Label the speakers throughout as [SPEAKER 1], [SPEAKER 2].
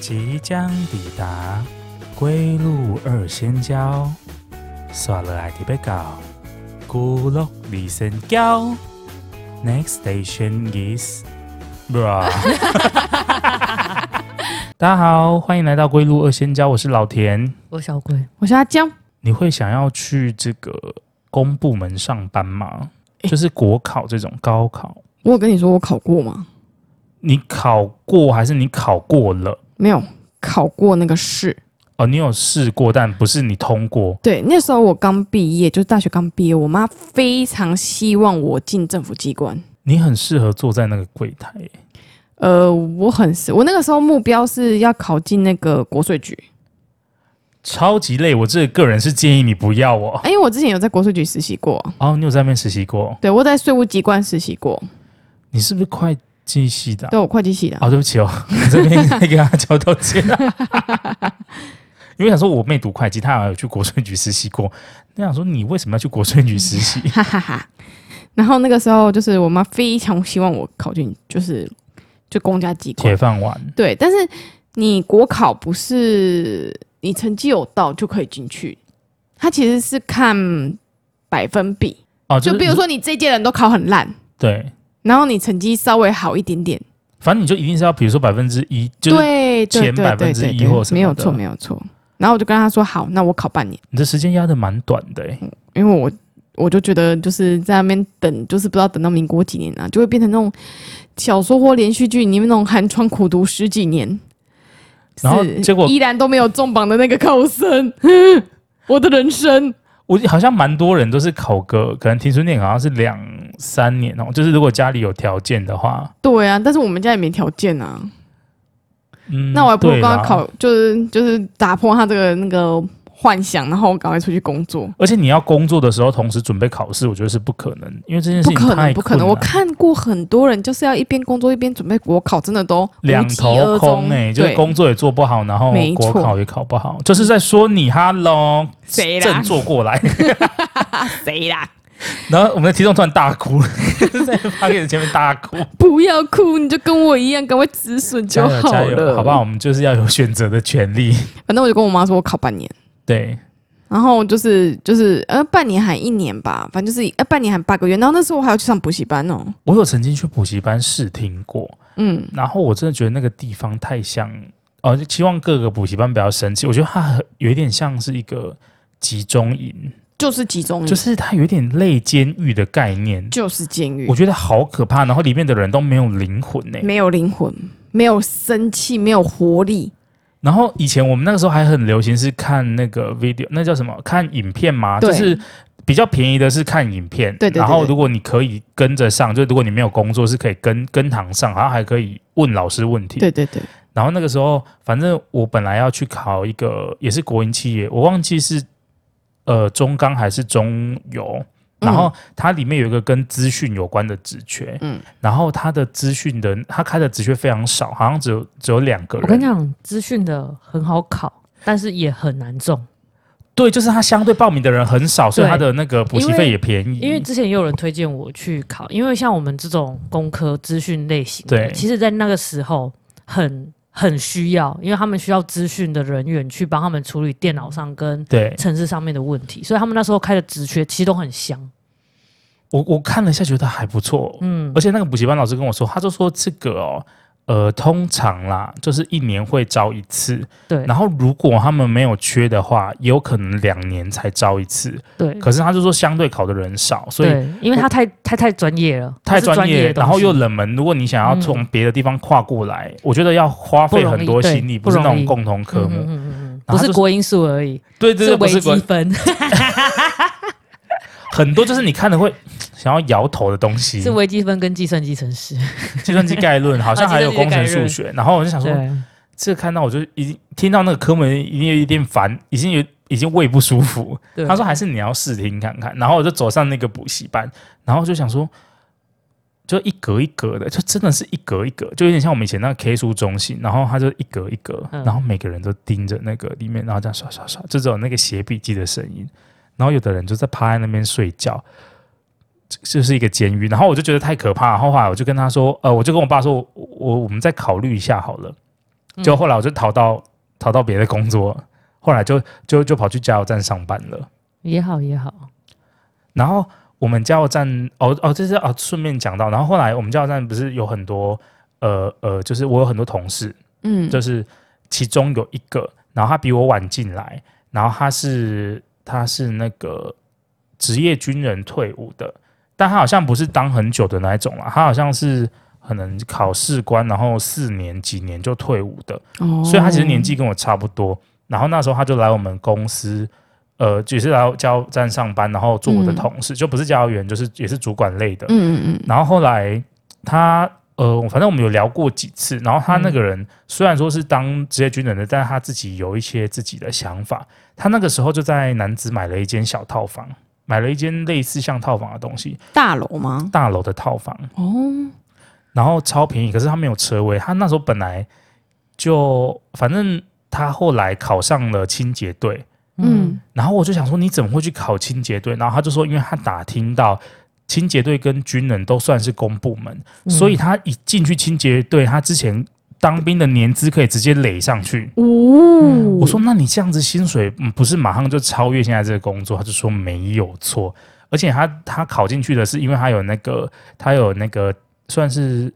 [SPEAKER 1] 即将抵达归路二仙交，刷了爱迪贝高，孤落二仙交。Next station is bra 。 大家好，欢迎来到归路二仙交，我是老田。
[SPEAKER 2] 我小鬼，
[SPEAKER 3] 我是阿江，
[SPEAKER 1] 你会想要去这个公部门上班吗？就是国考这种高考，
[SPEAKER 3] 我有跟你说我考过吗？
[SPEAKER 1] 你考过还是你考过了？
[SPEAKER 3] 没有考过那个试。
[SPEAKER 1] 哦，你有试过，但不是你通过。
[SPEAKER 3] 对，那时候我刚毕业，就是大学刚毕业，我妈非常希望我进政府机关。
[SPEAKER 1] 你很适合坐在那个柜台耶，
[SPEAKER 3] 呃，我很是，我那个时候目标是要考进那个国税局，
[SPEAKER 1] 超级累。我这个人是建议你不要哦。
[SPEAKER 3] 哎因为我之前有在国税局实习过，
[SPEAKER 1] 哦，你有在那边实习过？
[SPEAKER 3] 对我在税务机关实习过，
[SPEAKER 1] 你是不是会计系的啊、
[SPEAKER 3] 对我会计系的。
[SPEAKER 1] 哦，对不起哦，我这边再跟他交道歉。 因为想说，我妹读会计，她好像有去国税局实习过。那想说，你为什么要去国税局实 习？
[SPEAKER 3] 哈哈哈。然后那个时候就是我妈非常希望我考进，就是就公家机关
[SPEAKER 1] 铁。饭碗。
[SPEAKER 3] 对，但是你国考不是你成绩有到就可以进去，它其实是看百分比。
[SPEAKER 1] 哦，
[SPEAKER 3] 就是比如说你这届人都考很烂，
[SPEAKER 1] 对，
[SPEAKER 3] 然后你成绩稍微好一点点，
[SPEAKER 1] 反正你就一定是要，比如说百分之一，就是
[SPEAKER 3] 对对
[SPEAKER 1] 前
[SPEAKER 3] 对对
[SPEAKER 1] 1%
[SPEAKER 3] 对
[SPEAKER 1] 或什么的
[SPEAKER 3] 对，没有错没有错。然后我就跟他说好，那我考半年，
[SPEAKER 1] 你的时间压的蛮短的、欸。
[SPEAKER 3] 因为我我就觉得就是在那边等，就是不知道等到民国几年啊，就会变成那种小说或连续剧里面那种寒窗苦读十几年，
[SPEAKER 1] 然后
[SPEAKER 3] 是
[SPEAKER 1] 结果
[SPEAKER 3] 依然都没有中榜的那个考生， 我的人生。
[SPEAKER 1] 我好像蛮多人都是考个，可能停损点好像是两三年哦，就是如果家里有条件的话，
[SPEAKER 3] 对啊，但是我们家也没条件啊，
[SPEAKER 1] 嗯，
[SPEAKER 3] 那我还不如
[SPEAKER 1] 对
[SPEAKER 3] 帮
[SPEAKER 1] 啦
[SPEAKER 3] 他考，就是就是打破他这个那个幻想，然后赶快出去工作。
[SPEAKER 1] 而且你要工作的时候同时准备考试，我觉得是不可能，因为这件事
[SPEAKER 3] 不
[SPEAKER 1] 情
[SPEAKER 3] 可能，
[SPEAKER 1] 太
[SPEAKER 3] 不可能！
[SPEAKER 1] 困
[SPEAKER 3] 我
[SPEAKER 1] 难
[SPEAKER 3] 看过很多人就是要一边工作一边准备国考，真的都
[SPEAKER 1] 两
[SPEAKER 3] 无疾
[SPEAKER 1] 头
[SPEAKER 3] 而
[SPEAKER 1] 空
[SPEAKER 3] 终。
[SPEAKER 1] 哎、就是
[SPEAKER 3] 对，
[SPEAKER 1] 工作也做不好，然后
[SPEAKER 3] 没
[SPEAKER 1] 国
[SPEAKER 3] 错
[SPEAKER 1] 考也考不好，就是在说你哈喽，
[SPEAKER 3] 谁啦
[SPEAKER 1] 振作过来。
[SPEAKER 3] 谁啦？
[SPEAKER 1] 然后我们的听众突然大哭， 在 p o d 前面大哭，
[SPEAKER 3] 不要哭，你就跟我一样，赶快止损 就
[SPEAKER 1] 加油
[SPEAKER 3] 好
[SPEAKER 1] 加油，
[SPEAKER 3] 了，
[SPEAKER 1] 好不好？？我们就是要有选择的权利。
[SPEAKER 3] 反正我就跟我妈说，我考半年，
[SPEAKER 1] 对，
[SPEAKER 3] 然后就是就是呃半年还一年吧，反正就是呃半年还八个月。然后那时候我还要去上补习班哦，
[SPEAKER 1] 我有曾经去补习班试听过，
[SPEAKER 3] 嗯，
[SPEAKER 1] 然后我真的觉得那个地方太像，呃，就希望各个补习班不要生气。我觉得它很有一点像是一个集中营，
[SPEAKER 3] 就是集中营，
[SPEAKER 1] 就
[SPEAKER 3] 就是
[SPEAKER 1] 是它有一点类监狱的概念，
[SPEAKER 3] 嗯就是监狱
[SPEAKER 1] 我。觉得好可怕。然后里面的人都没有灵魂欸呢、
[SPEAKER 3] 没有灵魂，没有生气，没有活力。
[SPEAKER 1] 然后以前我们那个时候还很流行是看那个 video，那叫什么？看影片吗？
[SPEAKER 3] 对
[SPEAKER 1] 就是。比较便宜的是看影片，
[SPEAKER 3] 对对对
[SPEAKER 1] 然后
[SPEAKER 3] 对
[SPEAKER 1] 如果你可以跟着上，就如果你没有工作是可以跟跟堂上，然后还可以问老师问题。
[SPEAKER 3] 对对对，
[SPEAKER 1] 然后那个时候，反正我本来要去考一个也是国营企业，我忘记是呃中钢还是中油。
[SPEAKER 2] 嗯
[SPEAKER 1] 然后它里面有一个跟资讯有关的职缺，嗯
[SPEAKER 3] 嗯，
[SPEAKER 1] 然后它的资讯的它开的职缺非常少，好像只有只有两个人。
[SPEAKER 2] 我跟你，讲，资讯的很好考，但是也很难中，
[SPEAKER 1] 对，就是它相对报名的人很少，所以
[SPEAKER 2] 对
[SPEAKER 1] 它的那个补习
[SPEAKER 2] 因
[SPEAKER 1] 费
[SPEAKER 2] 为
[SPEAKER 1] 也便宜。
[SPEAKER 2] 因为之前也有人推荐我去考，因为像我们这种工科资讯类型的，
[SPEAKER 1] 对
[SPEAKER 2] 其实在那个时候很很需要，因为他们需要资讯的人员去帮他们处理电脑上跟
[SPEAKER 1] 对
[SPEAKER 2] 城市上面的问题，所以他们那时候开的职缺其实都很香，
[SPEAKER 1] 我我看了一下，觉得还不错，
[SPEAKER 2] 嗯
[SPEAKER 1] 而，且那个补习班老师跟我说，他就说这个哦，呃，通常啦，就是一年会招一次，
[SPEAKER 2] 对
[SPEAKER 1] 然后如果他们没有缺的话，也有可能两年才招一次。
[SPEAKER 2] 对。
[SPEAKER 1] 可是他就说相对考的人少，所以
[SPEAKER 2] 嗯对，因为他太太太专业了，
[SPEAKER 1] 太
[SPEAKER 2] 他是专
[SPEAKER 1] 专业，
[SPEAKER 2] 的东
[SPEAKER 1] 然后
[SPEAKER 2] 西
[SPEAKER 1] 又冷门。如果你想要从别的地方跨过来，我觉得要花费
[SPEAKER 2] 不容易
[SPEAKER 1] 很多心力，
[SPEAKER 2] 对
[SPEAKER 1] 不是那
[SPEAKER 2] 不容
[SPEAKER 1] 种
[SPEAKER 2] 易
[SPEAKER 1] 共同科目。
[SPEAKER 2] 嗯嗯嗯嗯，
[SPEAKER 1] 然后
[SPEAKER 2] 不
[SPEAKER 1] 他就是
[SPEAKER 2] 国因素而已，
[SPEAKER 1] 对对对，不
[SPEAKER 2] 微
[SPEAKER 1] 是
[SPEAKER 2] 积
[SPEAKER 1] 关
[SPEAKER 2] 分，
[SPEAKER 1] 很多，就是你看了会想要摇头的东西
[SPEAKER 2] 是。微积分跟计算机程式。
[SPEAKER 1] 计算机概 论好像
[SPEAKER 2] 啊
[SPEAKER 1] 还有
[SPEAKER 2] 计算
[SPEAKER 1] 工
[SPEAKER 2] 机
[SPEAKER 1] 程
[SPEAKER 2] 概
[SPEAKER 1] 数
[SPEAKER 2] 论
[SPEAKER 1] 学，然后我就想说，
[SPEAKER 2] 对，
[SPEAKER 1] 这看到我就已经听到那个科目一定有一点烦，已经有已经胃不舒服。
[SPEAKER 2] 对
[SPEAKER 1] 他说还是你要试听看看，然后我就走上那个补习班，然后就想说，就一格一格的，就真的是一格一格，就有点像我们以前那个 K 书中心，然后他就一格一格，
[SPEAKER 2] 嗯
[SPEAKER 1] 然后每个人都盯着那个里面，然后这样刷刷刷，就只哦有那个写笔记的声音，然后有的人就在趴在那边睡觉。这就是一个监狱，然后我就呃觉得太可怕，然后后来我就跟他说，呃，我就跟我爸说，我我我们再考虑一下好了。
[SPEAKER 2] 嗯
[SPEAKER 1] 就后来我就逃到逃到别的工作，后来就就就跑去加油站上班了。
[SPEAKER 2] 也好也好，
[SPEAKER 1] 然后我们加油站，哦哦，这是哦，顺便讲到，然后后来我们加油站不是有很多，呃呃，就是我有很多同事，
[SPEAKER 3] 嗯，
[SPEAKER 1] 就是其中有一个，然后他比我晚进来，然后他是他是那个职业军人退伍的，但他好像不是当很久的那一种啦，他好像是可能考试官，然后四年几年就退伍的，
[SPEAKER 3] 哦
[SPEAKER 1] 所以他其实年纪跟我差不多。然后那时候他就来我们公司，呃，也是来加油站上班，然后做我的
[SPEAKER 3] 嗯
[SPEAKER 1] 同事，就不是加油员，就是也是主管类的。
[SPEAKER 3] 嗯嗯嗯，
[SPEAKER 1] 然后后来他呃，反正我们有聊过几次。然后他那个人、
[SPEAKER 3] 嗯
[SPEAKER 1] 虽然说是当职业军人的，但是他自己有一些自己的想法。他那个时候就在南子买了一间小套房，买了一间类似像套房的东西，
[SPEAKER 3] 大楼吗？
[SPEAKER 1] 大楼的套房，
[SPEAKER 3] 哦，
[SPEAKER 1] 然后超便宜。可是他没有车位，他那时候本来就反正他后来考上了清洁队，
[SPEAKER 2] 嗯
[SPEAKER 3] 嗯，
[SPEAKER 1] 然后我就想说，你怎么会去考清洁队？然后他就说，因为他打听到清洁队跟军人都算是公部门，
[SPEAKER 2] 嗯
[SPEAKER 1] 所以他一进去清洁队，他之前当兵的年资可以直接垒上去。
[SPEAKER 3] 哦，
[SPEAKER 1] 嗯我说，那你这样子薪水嗯不是马上就超越现在这个工作？他就说没有错，而且他他考进去的是因为他有那个他有那个算是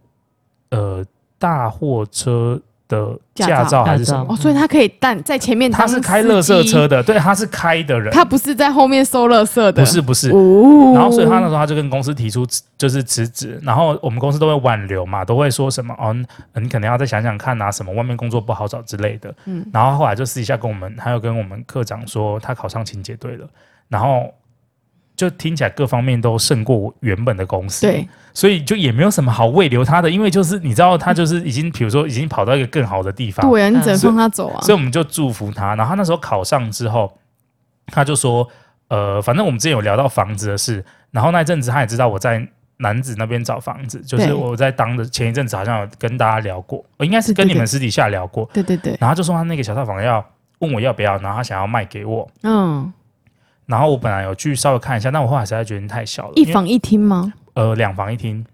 [SPEAKER 1] 呃大货车的
[SPEAKER 3] 驾
[SPEAKER 1] 驾
[SPEAKER 3] 照
[SPEAKER 1] 照还是
[SPEAKER 2] 驾
[SPEAKER 1] 什
[SPEAKER 2] 照
[SPEAKER 1] 么？
[SPEAKER 3] 哦，所以他可以但在前面，
[SPEAKER 1] 他是开垃圾车，的，对，他是开的人，
[SPEAKER 3] 他不是在后面收垃圾的，
[SPEAKER 1] 不是不是，
[SPEAKER 3] 哦，
[SPEAKER 1] 然后所以他那时候他就跟公司提出辞就是辞职，然后我们公司都会挽留嘛，都会说什么哦，你你可能要再想想看啊，什么外面工作不好找之类的。
[SPEAKER 3] 嗯
[SPEAKER 1] 然后后来就私底下跟我们，还有跟我们科长说他考上清洁队了，然后就听起来各方面都胜过我原本的公司，，
[SPEAKER 3] 对，
[SPEAKER 1] 所以就也没有什么好慰留他的，因为就是你知道他就是已经比如说已经跑到一个更好的地方，
[SPEAKER 3] 对啊，你
[SPEAKER 2] 嗯
[SPEAKER 3] 只能放他走啊
[SPEAKER 1] 所以，我们就祝福他。然后他那时候考上之后，他就说，呃，反正我们之前有聊到房子的事，然后那一阵子他也知道我在男子那边找房子，就是
[SPEAKER 3] 对
[SPEAKER 1] 我在当的前一阵子好像有跟大家聊过，呃应该是跟
[SPEAKER 3] 对对
[SPEAKER 1] 你们私底下聊过。
[SPEAKER 3] 对对对，
[SPEAKER 1] 然后他就说他那个小套房要问我要不要，然后他想要卖给我。
[SPEAKER 3] 嗯，
[SPEAKER 1] 然后我本来有去稍微看一下，但我后来实在觉得太小了，
[SPEAKER 3] 一
[SPEAKER 1] 因为
[SPEAKER 3] 房一厅吗？
[SPEAKER 1] 呃两房一厅，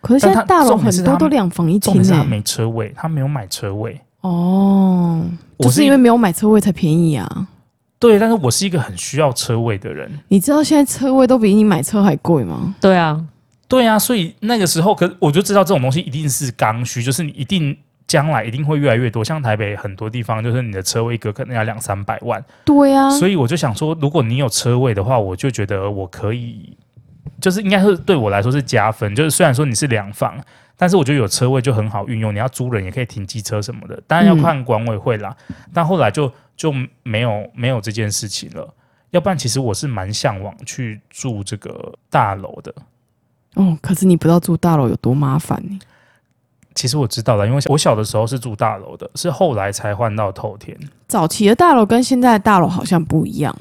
[SPEAKER 3] 可是现
[SPEAKER 1] 但
[SPEAKER 3] 在
[SPEAKER 1] 他
[SPEAKER 3] 大楼
[SPEAKER 1] 重点
[SPEAKER 3] 很
[SPEAKER 1] 是
[SPEAKER 3] 多
[SPEAKER 1] 他
[SPEAKER 3] 都两房一
[SPEAKER 1] 重
[SPEAKER 3] 厅
[SPEAKER 1] 点
[SPEAKER 3] 欸
[SPEAKER 1] 是他
[SPEAKER 3] 呢，
[SPEAKER 1] 没车位，他没有买车位。
[SPEAKER 3] 哦，
[SPEAKER 1] 我
[SPEAKER 3] 就是因为没有买车位才便宜啊。
[SPEAKER 1] 对，但是我是一个很需要车位的人，
[SPEAKER 3] 你知道现在车位都比你买车还贵吗？
[SPEAKER 2] 对啊，
[SPEAKER 1] 对啊，所以那个时候，可我就知道这种东西一定是刚需，就是你一定将来一定会越来越多。像台北很多地方，就是你的车位一个可能要两三百万，
[SPEAKER 3] 对啊，
[SPEAKER 1] 所以我就想说，如果你有车位的话，我就觉得我可以，就是应该是对我来说是加分。就是虽然说你是两房，但是我觉得有车位就很好运用，你要租人也可以停机车什么的，当然要看管委会啦。但后来就就没有没有这件事情了。要不然，其实我是蛮向往去住这个大楼的。
[SPEAKER 3] 哦，可是你不知道住大楼有多麻烦欸呢、
[SPEAKER 1] 其实我知道了，因为我小的时候是住大楼的，是后来才换到透天，
[SPEAKER 3] 早期的大楼跟现在的大楼好像不
[SPEAKER 1] 嗯
[SPEAKER 3] 一样，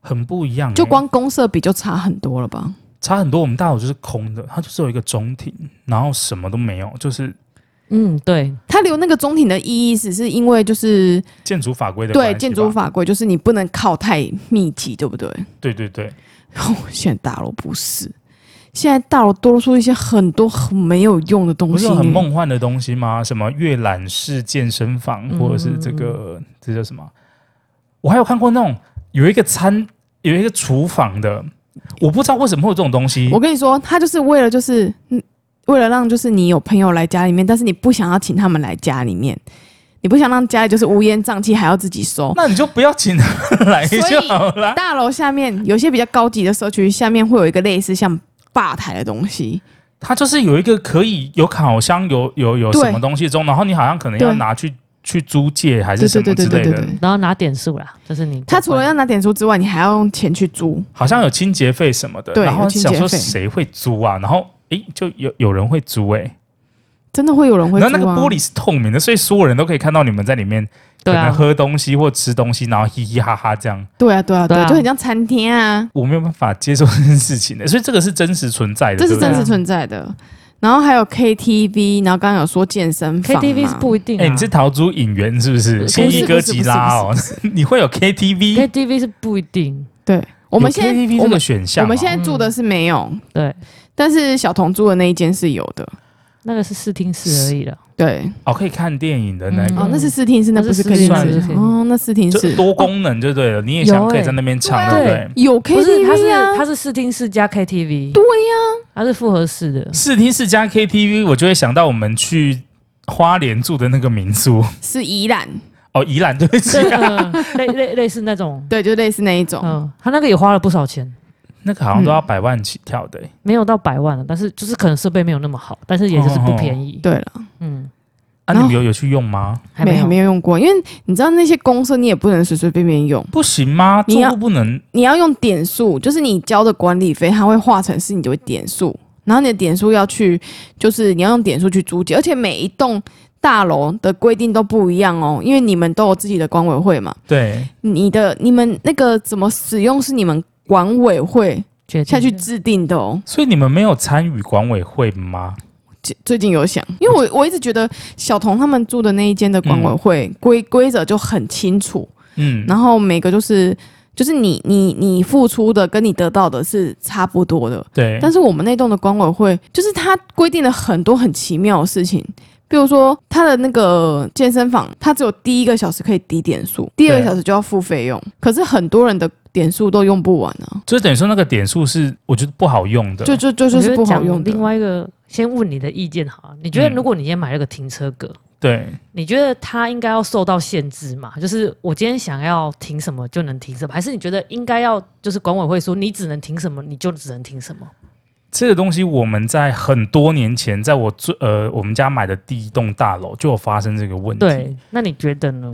[SPEAKER 1] 很不一样欸、
[SPEAKER 3] 就光公设比就差很多了吧？
[SPEAKER 1] 差很多。我们大楼就是空的，它就是有一个中庭，然后什么都没有，就是
[SPEAKER 2] 嗯对，
[SPEAKER 3] 它留那个中庭的意义，只是因为就是
[SPEAKER 1] 建筑法规的关
[SPEAKER 3] 对
[SPEAKER 1] 系吧
[SPEAKER 3] 建筑，法规，就是你不能靠太密集，对不对？
[SPEAKER 1] 对对对，
[SPEAKER 3] 哦，现在大楼不是，现在大楼多出一些很多很没有用的东
[SPEAKER 1] 不是
[SPEAKER 3] 西、
[SPEAKER 1] 有很。梦幻的东西吗？什么阅览室健身房，
[SPEAKER 3] 嗯
[SPEAKER 1] 或者是这个、这叫什么？我还有看过那种有一个餐有一个厨房的，我不知道为什么会有这种东西
[SPEAKER 3] 我。跟你说，他就是为了就是嗯，为了让就是你有朋友来家里面，但是你不想要请他们来家里面，你不想让家里就是乌烟瘴气，还要自己收。
[SPEAKER 1] 那你就不要请他来
[SPEAKER 3] 所以
[SPEAKER 1] 就好了。
[SPEAKER 3] 大楼下面有些比较高级的社区，下面会有一个类似像吧台的东西，
[SPEAKER 1] 它就是有一个可以有烤箱，有有有
[SPEAKER 3] 对
[SPEAKER 1] 什么东西中，然后你好像可能要
[SPEAKER 3] 对
[SPEAKER 1] 拿去去租借还是
[SPEAKER 3] 对
[SPEAKER 1] 什
[SPEAKER 3] 对
[SPEAKER 1] 么
[SPEAKER 3] 对
[SPEAKER 1] 之
[SPEAKER 3] 对
[SPEAKER 1] 类
[SPEAKER 3] 对对
[SPEAKER 1] 的，
[SPEAKER 3] 对。
[SPEAKER 2] 然后拿点数啦，这是你
[SPEAKER 3] 他除了要拿点数之外，你还要用钱去租。
[SPEAKER 1] 好像有清洁费什么的。
[SPEAKER 3] 对
[SPEAKER 1] 然后
[SPEAKER 3] 有清洁
[SPEAKER 1] 想
[SPEAKER 3] 费
[SPEAKER 1] 说谁会租啊？然后诶，就有有人会租诶，
[SPEAKER 3] 真的会有人会
[SPEAKER 1] 然
[SPEAKER 3] 租
[SPEAKER 1] 后那
[SPEAKER 3] 啊？
[SPEAKER 1] 个玻璃是透明的，所以所有人都可以看到你们在里面可
[SPEAKER 2] 对
[SPEAKER 1] 能
[SPEAKER 2] 啊，
[SPEAKER 1] 喝东西或吃东西，然后嘻嘻哈哈这样。
[SPEAKER 3] 对啊，对啊，对
[SPEAKER 2] 对
[SPEAKER 3] 啊，
[SPEAKER 2] 啊
[SPEAKER 3] 就很像餐厅啊，
[SPEAKER 1] 我没有办法接受这件事情的，所以这个是真实存在的，
[SPEAKER 3] 这是
[SPEAKER 1] 对不对
[SPEAKER 3] 真
[SPEAKER 2] 对
[SPEAKER 3] 实
[SPEAKER 2] 啊
[SPEAKER 3] 存在的。然后还有 KTV，然后刚刚有说健身房嘛
[SPEAKER 2] KTV 是不一定、啊，
[SPEAKER 1] 哎，你是逃租引援是不是？
[SPEAKER 2] 不是
[SPEAKER 1] 新一哥
[SPEAKER 3] 不是
[SPEAKER 1] 吉拉哦，你会有 KTV？
[SPEAKER 2] KTV 是不一定，
[SPEAKER 3] 对。我们
[SPEAKER 1] 有
[SPEAKER 3] 现在
[SPEAKER 1] KTV
[SPEAKER 3] 我
[SPEAKER 1] 这
[SPEAKER 3] 们
[SPEAKER 1] 个选项哦，
[SPEAKER 3] 我们现在住的是没有，
[SPEAKER 2] 对，
[SPEAKER 3] 但是小童住的那一间是有的。
[SPEAKER 2] 那个是视听室而已了。
[SPEAKER 3] 对，
[SPEAKER 1] 哦，可以看电影的那
[SPEAKER 2] 嗯
[SPEAKER 1] 个，
[SPEAKER 3] 哦，那是视听室，那不是客厅
[SPEAKER 1] 那是
[SPEAKER 3] 室
[SPEAKER 1] 视
[SPEAKER 2] 听室
[SPEAKER 3] 哦，那视听
[SPEAKER 1] 就
[SPEAKER 3] 室
[SPEAKER 1] 多功能就对了。你也想
[SPEAKER 2] 有
[SPEAKER 1] 可以
[SPEAKER 2] 欸
[SPEAKER 1] 在那边唱，
[SPEAKER 2] 对啊
[SPEAKER 1] 对不对？
[SPEAKER 3] 哦有
[SPEAKER 2] 不是，它
[SPEAKER 3] KTV
[SPEAKER 2] 是
[SPEAKER 3] 啊，
[SPEAKER 2] 它是视听室加 KTV，
[SPEAKER 3] 对呀，
[SPEAKER 2] 它是复合 式的。
[SPEAKER 1] 视听室加 KTV，我就会想到我们去花莲住的那个民宿。
[SPEAKER 3] 是宜兰，
[SPEAKER 1] 哦，宜兰对不起、啊，
[SPEAKER 2] 嗯 类类类似那种，
[SPEAKER 3] 对，就类似那一种，
[SPEAKER 2] 嗯，他那个也花了不少钱，
[SPEAKER 1] 那个好像都要百万起跳的欸、
[SPEAKER 2] 没有到百万了，但是就是可能设备没有那么好，但是也
[SPEAKER 1] 哦
[SPEAKER 2] 就是不便宜。
[SPEAKER 3] 对了，
[SPEAKER 2] 嗯，
[SPEAKER 1] 啊，
[SPEAKER 3] 然
[SPEAKER 1] 你
[SPEAKER 3] 后
[SPEAKER 1] 们有有去用吗？
[SPEAKER 2] 还
[SPEAKER 3] 没
[SPEAKER 2] 没有
[SPEAKER 3] 没有用过，因为你知道那些公社你也不能随随便便用，
[SPEAKER 1] 不行吗？
[SPEAKER 3] 你
[SPEAKER 1] 住
[SPEAKER 3] 要
[SPEAKER 1] 户不能
[SPEAKER 3] 你要用点数，就是你交的管理费，它会化成是你就会点数，然后你的点数要去，就是你要用点数去租借，而且每一栋大楼的规定都不一样哦，因为你们都有自己的管委会嘛，
[SPEAKER 1] 对，
[SPEAKER 3] 你的你们那个怎么使用是你们管委会
[SPEAKER 2] 决定
[SPEAKER 3] 下去制定的哦。
[SPEAKER 1] 所以你们没有参与管委会吗？
[SPEAKER 3] 最最近有想，因为我我一直觉得小童他们住的那一间的管委会规规则就很清楚，
[SPEAKER 1] 嗯，
[SPEAKER 3] 然后每个就是就是你你你付出的跟你得到的是差不多的，
[SPEAKER 1] 对，
[SPEAKER 3] 但是我们那栋的管委会，就是它规定了很多很奇妙的事情，比如说它的那个健身房，它只有第一个小时可以抵点数，第二个
[SPEAKER 1] 对
[SPEAKER 3] 小时就要付费用，可是很多人的点数都用不完啊，
[SPEAKER 1] 就等于说那个点数是我觉得不好用的，
[SPEAKER 3] 就就就就
[SPEAKER 2] 我觉
[SPEAKER 3] 是
[SPEAKER 2] 得
[SPEAKER 3] 不好
[SPEAKER 2] 讲
[SPEAKER 3] 用的
[SPEAKER 2] 另。外一个，先问你的意见好了，你觉得
[SPEAKER 1] 嗯
[SPEAKER 2] 如果你今天买了个停车格，
[SPEAKER 1] 对，
[SPEAKER 2] 你觉得它应该要受到限制嘛？就是我今天想要停什么就能停什么，还是你觉得应该要就是管委会说你只能停什么，你就只能停什么？
[SPEAKER 1] 这个东西我们在很多年前，在我最呃我们家买的第一栋大楼就有发生这个问题。，
[SPEAKER 2] 对，那你觉得呢？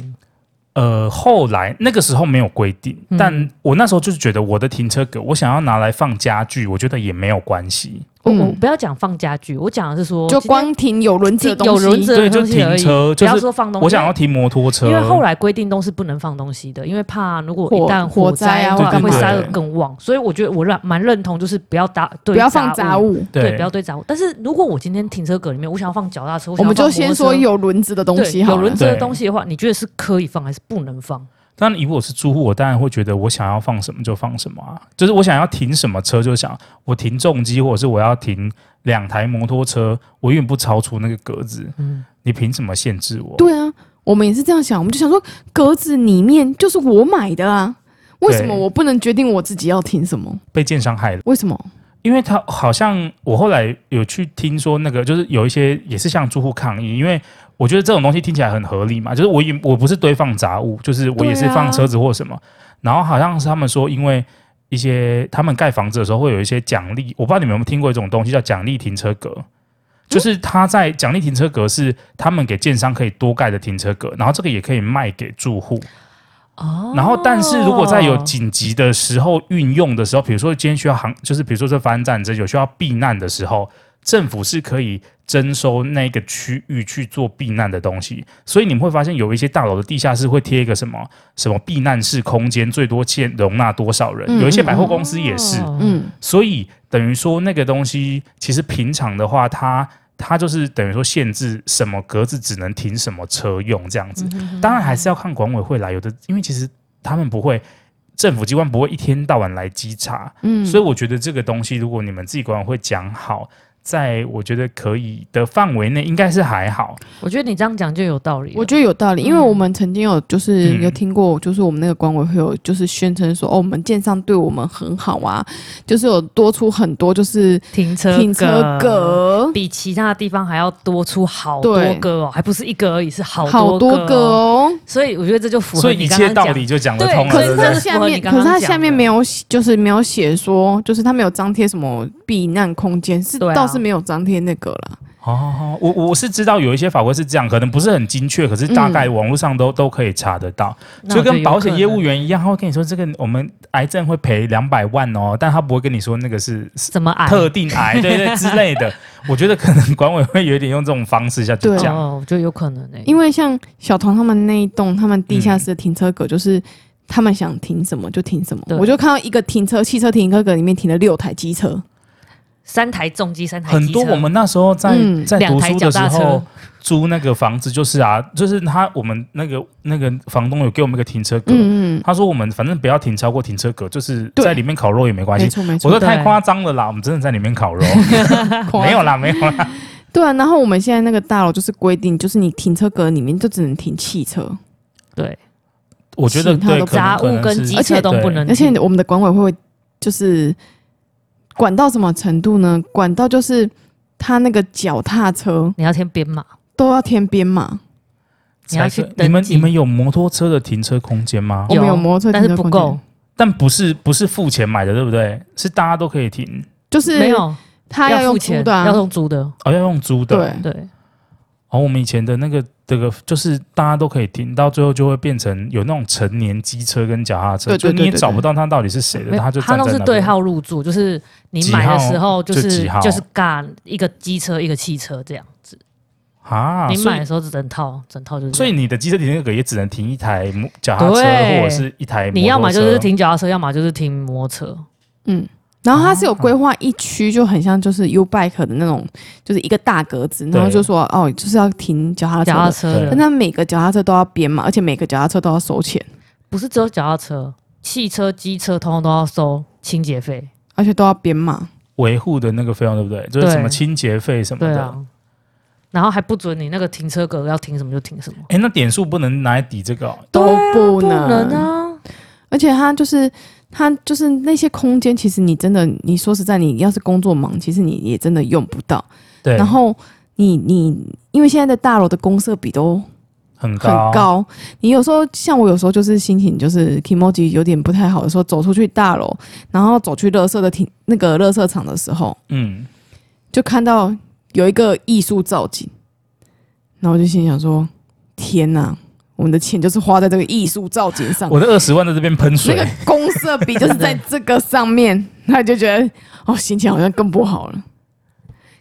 [SPEAKER 1] 呃，后来那个时候没有规定，
[SPEAKER 2] 嗯
[SPEAKER 1] 但我那时候就是觉得我的停车格，我想要拿来放家具，我觉得也没有关系。
[SPEAKER 2] 我、我
[SPEAKER 3] 嗯
[SPEAKER 2] 不要讲放家具，我讲的是说
[SPEAKER 3] 就
[SPEAKER 2] 今天
[SPEAKER 3] 光停有轮子的东
[SPEAKER 2] 有
[SPEAKER 3] 西，
[SPEAKER 2] 轮子的
[SPEAKER 1] 对就
[SPEAKER 2] 东西而已
[SPEAKER 1] 停车
[SPEAKER 2] 不
[SPEAKER 1] 就
[SPEAKER 2] 要
[SPEAKER 1] 是
[SPEAKER 2] 说放东西。
[SPEAKER 1] 我想要停摩托车，
[SPEAKER 2] 哦因为后来规定都是不能放东西的，因为怕如果一
[SPEAKER 3] 火
[SPEAKER 2] 旦
[SPEAKER 3] 火
[SPEAKER 2] 灾
[SPEAKER 3] 灾
[SPEAKER 2] 的
[SPEAKER 3] 啊
[SPEAKER 2] 话
[SPEAKER 1] 或干
[SPEAKER 2] 会
[SPEAKER 1] 嘛
[SPEAKER 2] 杀的
[SPEAKER 1] 的
[SPEAKER 2] 更旺，所以我觉得我认蛮认同，就是不要打对
[SPEAKER 3] 不要放杂
[SPEAKER 2] 物，
[SPEAKER 3] 物。
[SPEAKER 1] 对
[SPEAKER 2] 对，不要堆杂物。但是如果我今天停车格里面，我想要放脚踏车，
[SPEAKER 3] 我
[SPEAKER 2] 想要
[SPEAKER 3] 们就
[SPEAKER 2] 放摩
[SPEAKER 3] 先
[SPEAKER 2] 托
[SPEAKER 3] 说
[SPEAKER 2] 车
[SPEAKER 3] 有轮子的东
[SPEAKER 2] 对
[SPEAKER 3] 西好
[SPEAKER 2] 有
[SPEAKER 3] 了。
[SPEAKER 2] 轮子的
[SPEAKER 1] 对
[SPEAKER 2] 东西的话，你觉得是可以放还是不能放？
[SPEAKER 1] 当然，以我是住户，我当然会觉得我想要放什么就放什么啊，就是我想要停什么车就想我停重机，或者是我要停两台摩托车，我永远不超出那个格子。
[SPEAKER 2] 嗯，
[SPEAKER 1] 你凭什么限制我？
[SPEAKER 3] 对啊，我们也是这样想，我们就想说格子里面就是我买的啊，为什么
[SPEAKER 1] 对
[SPEAKER 3] 我不能决定我自己要停什么？
[SPEAKER 1] 被建商害了，
[SPEAKER 3] 为什么？
[SPEAKER 1] 因为他好像我后来有去听说，那个就是有一些也是向住户抗议，因为我觉得这种东西听起来很合理嘛，就是我也我不是堆放杂物，就是我也是
[SPEAKER 3] 对啊
[SPEAKER 1] 放车子或什么，然后好像是他们说因为。一些他们盖房子的时候会有一些奖励，我不知道你们有没有听过一种东西叫奖励停车格，就是他在奖励停车格是他们给建商可以多盖的停车格，然后这个也可以卖给住户。
[SPEAKER 2] 哦
[SPEAKER 1] 然后，但是如果在有紧急的时候运用的时候，比如说今天需要航，就是比如说这发生战争，有需要避难的时候，政府是可以征收那个区域去做避难的东西。所以你们会发现，有一些大楼的地下室会贴一个什么什么避难室空间，最多限容纳多少人。
[SPEAKER 3] 嗯
[SPEAKER 1] 有一些百货公司也是，
[SPEAKER 2] 哦，
[SPEAKER 3] 嗯，
[SPEAKER 1] 所以等于说那个东西，其实平常的话，它它就是等于说限制什么格子只能停什么车用这
[SPEAKER 2] 嗯
[SPEAKER 1] 样子。当然还是要看管委会来，有的因为其实他们不会，政府机关不会一天到晚来稽查，
[SPEAKER 3] 嗯
[SPEAKER 1] 所以我觉得这个东西，如果你们自己管委会讲好。在我觉得可以的范围内，应该是还好。
[SPEAKER 2] 我觉得你这样讲就有道理了。
[SPEAKER 3] 我觉得有道理，因为
[SPEAKER 2] 嗯
[SPEAKER 3] 我们曾经有就是
[SPEAKER 1] 嗯
[SPEAKER 3] 有听过，就是我们那个管委会有就是宣称说，哦，我们建商对我们很好啊，就是有多出很多就是
[SPEAKER 2] 停车
[SPEAKER 3] 停车格，
[SPEAKER 2] 比其他地方还要多出好多
[SPEAKER 3] 对
[SPEAKER 2] 个哦，还不是一个而已，是好
[SPEAKER 3] 好
[SPEAKER 2] 多
[SPEAKER 3] 多
[SPEAKER 2] 哦
[SPEAKER 3] 个哦。
[SPEAKER 2] 所以我觉得这就符合
[SPEAKER 1] 所以
[SPEAKER 2] 你
[SPEAKER 1] 一
[SPEAKER 2] 刚
[SPEAKER 1] 切
[SPEAKER 2] 刚
[SPEAKER 1] 道
[SPEAKER 2] 讲
[SPEAKER 1] 理就讲得
[SPEAKER 2] 对
[SPEAKER 1] 通了，
[SPEAKER 3] 可
[SPEAKER 1] 对
[SPEAKER 2] 可
[SPEAKER 3] 是
[SPEAKER 1] 不
[SPEAKER 2] 是
[SPEAKER 3] 它
[SPEAKER 1] 对
[SPEAKER 2] 这？
[SPEAKER 3] 下
[SPEAKER 2] 符合你
[SPEAKER 3] 面，
[SPEAKER 2] 刚
[SPEAKER 3] 可
[SPEAKER 2] 刚
[SPEAKER 3] 是它
[SPEAKER 2] 讲
[SPEAKER 3] 下面
[SPEAKER 2] 的
[SPEAKER 3] 没有写，就是没有写说，就是它没有张贴什么避难空间，是
[SPEAKER 2] 对啊
[SPEAKER 3] 倒是没有张贴那个啦。
[SPEAKER 1] 哦，我我是知道有一些法规是这样，可能不是很精确，可是大
[SPEAKER 2] 嗯
[SPEAKER 1] 概网络上都、都可以查得到。
[SPEAKER 2] 那
[SPEAKER 1] 就
[SPEAKER 2] 我觉得
[SPEAKER 1] 跟
[SPEAKER 2] 有
[SPEAKER 1] 保险
[SPEAKER 2] 可
[SPEAKER 1] 业务
[SPEAKER 2] 能
[SPEAKER 1] 员一样，他会跟你说这个我们癌症会赔两百万哦，但他不会跟你说那个是是
[SPEAKER 2] 怎么矮
[SPEAKER 1] 特定 癌，对对之类的。我觉得可能管委会有点用这种方式下去
[SPEAKER 3] 对
[SPEAKER 1] 讲，
[SPEAKER 2] 哦，我觉得有可能诶，
[SPEAKER 3] 因为像小童他们那一栋，他们地下室的停车格就是。他们想停什么就停什么，
[SPEAKER 2] 对
[SPEAKER 3] 我就看到一个停车汽车停车格里面停了六台机车，
[SPEAKER 2] 三台重机，三台
[SPEAKER 1] 很
[SPEAKER 2] 机
[SPEAKER 1] 多
[SPEAKER 2] 车
[SPEAKER 1] 我们那时候在、
[SPEAKER 3] 嗯
[SPEAKER 1] 在
[SPEAKER 2] 两
[SPEAKER 1] 读
[SPEAKER 2] 台
[SPEAKER 1] 书
[SPEAKER 2] 脚
[SPEAKER 1] 的时
[SPEAKER 2] 踏
[SPEAKER 1] 候
[SPEAKER 2] 车，
[SPEAKER 1] 租那个房子就是啊，就是他我们那个那个房东有给我们一个停车格，
[SPEAKER 3] 嗯嗯，
[SPEAKER 1] 他说我们反正不要停超过停车格，就是
[SPEAKER 3] 对
[SPEAKER 1] 在里面烤肉也没关
[SPEAKER 3] 没
[SPEAKER 1] 系。
[SPEAKER 3] 错没错
[SPEAKER 1] 我说。太
[SPEAKER 2] 对
[SPEAKER 1] 夸张了啦，我们真的在里面烤肉，
[SPEAKER 3] 夸
[SPEAKER 1] 没有啦没有啦，
[SPEAKER 3] 对啊，然后我们现在那个大楼就是规定，就是你停车格里面就只能停汽车，
[SPEAKER 2] 对，
[SPEAKER 1] 我觉得
[SPEAKER 3] 其他
[SPEAKER 1] 对
[SPEAKER 3] 都
[SPEAKER 1] 可能
[SPEAKER 2] 杂
[SPEAKER 1] 可
[SPEAKER 2] 物
[SPEAKER 1] 能
[SPEAKER 2] 跟
[SPEAKER 1] 是
[SPEAKER 2] 机
[SPEAKER 3] 而
[SPEAKER 2] 车
[SPEAKER 3] 且
[SPEAKER 2] 都不能
[SPEAKER 3] 而
[SPEAKER 2] 停，
[SPEAKER 3] 且我们的管委会就是管到什么程度呢？管到就是他那个脚踏车
[SPEAKER 2] 你要先编码，
[SPEAKER 3] 都要填编码，
[SPEAKER 2] 你要
[SPEAKER 1] 才
[SPEAKER 2] 去
[SPEAKER 1] 可你们
[SPEAKER 2] 登记
[SPEAKER 1] 你们有摩托车的停车空间吗？
[SPEAKER 3] 我们有摩托车
[SPEAKER 2] 但是
[SPEAKER 3] 停车
[SPEAKER 2] 不
[SPEAKER 3] 空
[SPEAKER 2] 够
[SPEAKER 3] 间，
[SPEAKER 1] 但不是不是付钱买的，对不对？是大家都可以停，
[SPEAKER 3] 就是
[SPEAKER 2] 没有
[SPEAKER 3] 他要
[SPEAKER 2] 付
[SPEAKER 3] 用租
[SPEAKER 2] 钱，
[SPEAKER 3] 的、啊，
[SPEAKER 2] 要用租的，
[SPEAKER 1] 哦，要用租的。
[SPEAKER 3] 对。
[SPEAKER 2] 对，
[SPEAKER 1] 哦，我们以前的那个这个就是大家都可以停，到最后就会变成有那种成年机车跟脚踏车，
[SPEAKER 3] 对对对
[SPEAKER 1] 就你也
[SPEAKER 3] 对
[SPEAKER 1] 找不到他到底是谁
[SPEAKER 2] 没
[SPEAKER 1] 的，
[SPEAKER 2] 有
[SPEAKER 1] 他就站在
[SPEAKER 2] 它都是
[SPEAKER 1] 那
[SPEAKER 2] 对
[SPEAKER 1] 边。
[SPEAKER 2] 号入住，就是你
[SPEAKER 1] 几
[SPEAKER 2] 买的
[SPEAKER 1] 号
[SPEAKER 2] 时候就
[SPEAKER 1] 就是几号
[SPEAKER 2] 就是尬一个机车一个汽车这样子，
[SPEAKER 1] 啊，
[SPEAKER 2] 你
[SPEAKER 1] 所
[SPEAKER 2] 买的
[SPEAKER 1] 以
[SPEAKER 2] 时候是整套整套就是这
[SPEAKER 1] 所
[SPEAKER 2] 样，
[SPEAKER 1] 以你的机车停车格也只能停一台摩脚踏车
[SPEAKER 2] 对
[SPEAKER 1] 或者是一台摩托车。
[SPEAKER 2] 你要么就是停脚踏车，要么就是停摩托车，
[SPEAKER 3] 嗯，然后它是有规划一区，就很像就是 U Bike 的那种，就是一个大格子，然后就说哦，就是要停脚踏车
[SPEAKER 2] 脚踏
[SPEAKER 3] 啊的。
[SPEAKER 2] 车
[SPEAKER 1] 对
[SPEAKER 2] 的
[SPEAKER 3] 但它每个脚踏车都要编嘛，而且每个脚踏车都要收钱，
[SPEAKER 2] 不是只有脚踏车，汽车、机车通通都要收清洁费。
[SPEAKER 3] 而且都要编嘛。
[SPEAKER 1] 维护的那个费用，对不对？就是
[SPEAKER 2] 对
[SPEAKER 1] 什么清洁费什么
[SPEAKER 2] 对
[SPEAKER 1] 的。
[SPEAKER 2] 啊，然后还不准你那个停车格要停什么就停什么，
[SPEAKER 1] 哎，那点数不能拿来抵这个哦。
[SPEAKER 3] 都不
[SPEAKER 2] 啊不
[SPEAKER 3] 能
[SPEAKER 2] 能啊！
[SPEAKER 3] 而且它就是它就是那些空间，其实你真的，你说实在，你要是工作忙，其实你也真的用不到。
[SPEAKER 1] 对，
[SPEAKER 3] 然后你你因为现在的大楼的公设比都
[SPEAKER 1] 很
[SPEAKER 3] 很
[SPEAKER 1] 高，
[SPEAKER 3] 高，你有时候像我有时候就是心情就是 e m o j i 有点不太好的时候，走出去大楼，然后走去垃圾的停那个垃圾场的时候，
[SPEAKER 1] 嗯，
[SPEAKER 3] 就看到有一个艺术造景，然后我就心想说：天哪，我们的钱就是花在这个艺术造景上。
[SPEAKER 1] 我的二十万在这边喷
[SPEAKER 3] 那
[SPEAKER 1] 水
[SPEAKER 3] 个，公社比就是在这个上面，那就觉得哦，心情好像更不好了。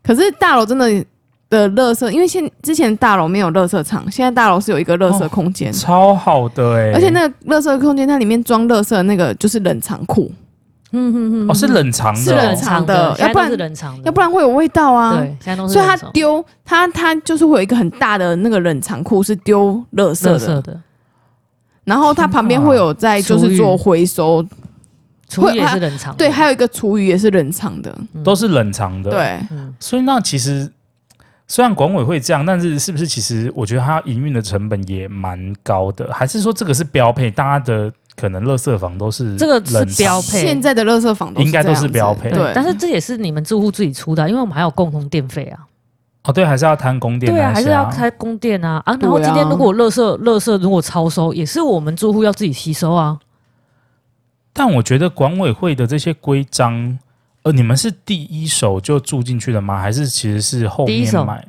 [SPEAKER 3] 可是大楼真的的垃圾，因为现之前大楼没有垃圾场，现在大楼是有一个垃圾空间，
[SPEAKER 2] 哦
[SPEAKER 1] 超好的哎、
[SPEAKER 3] 而且那个垃圾空间它里面装垃圾的那个就是冷藏库，
[SPEAKER 2] 嗯嗯嗯，
[SPEAKER 1] 哦是冷藏
[SPEAKER 3] 是
[SPEAKER 1] 的、哦，
[SPEAKER 3] 冷藏的
[SPEAKER 2] 现在
[SPEAKER 3] 要不
[SPEAKER 2] 都
[SPEAKER 3] 然
[SPEAKER 2] 是冷藏的，
[SPEAKER 3] 要不然会有味道啊。
[SPEAKER 2] 对，现在都是
[SPEAKER 3] 所以它
[SPEAKER 2] 冷藏
[SPEAKER 3] 丢它它就是会有一个很大的那个冷藏库是丢垃圾
[SPEAKER 2] 垃
[SPEAKER 3] 的，
[SPEAKER 2] 圾的，
[SPEAKER 3] 然后它旁边会有在就
[SPEAKER 2] 厨
[SPEAKER 3] 是
[SPEAKER 2] 余
[SPEAKER 3] 做回收，
[SPEAKER 2] 厨余也
[SPEAKER 3] 还
[SPEAKER 2] 是冷藏的，
[SPEAKER 3] 对，还有一个厨余也是冷藏的，
[SPEAKER 1] 都是冷藏的。，
[SPEAKER 3] 对。
[SPEAKER 2] 嗯，
[SPEAKER 1] 所以那其实虽然管委会这样，但是是不是其实我觉得它营运的成本也蛮高的，还是说这个是标配？大家的可能垃圾房都是
[SPEAKER 2] 这个是
[SPEAKER 1] 冷藏
[SPEAKER 2] 标配
[SPEAKER 3] 现在的垃圾房
[SPEAKER 1] 应该都是
[SPEAKER 3] 这样子
[SPEAKER 1] 标配
[SPEAKER 3] 对，
[SPEAKER 2] 但是这也是你们住户自己出的啊，因为我们还有共同电费啊，
[SPEAKER 1] 哦，对，还是要摊供电
[SPEAKER 2] 对
[SPEAKER 1] 那些、
[SPEAKER 2] 啊，还是要开供电啊啊，然后
[SPEAKER 3] 对啊
[SPEAKER 2] 今天如果垃圾垃圾如果超收，也是我们住户要自己吸收啊，
[SPEAKER 1] 但我觉得管委会的这些规章，呃，你们是第一手就住进去的吗？还是其实是后
[SPEAKER 2] 第一
[SPEAKER 1] 面
[SPEAKER 2] 手
[SPEAKER 1] 买？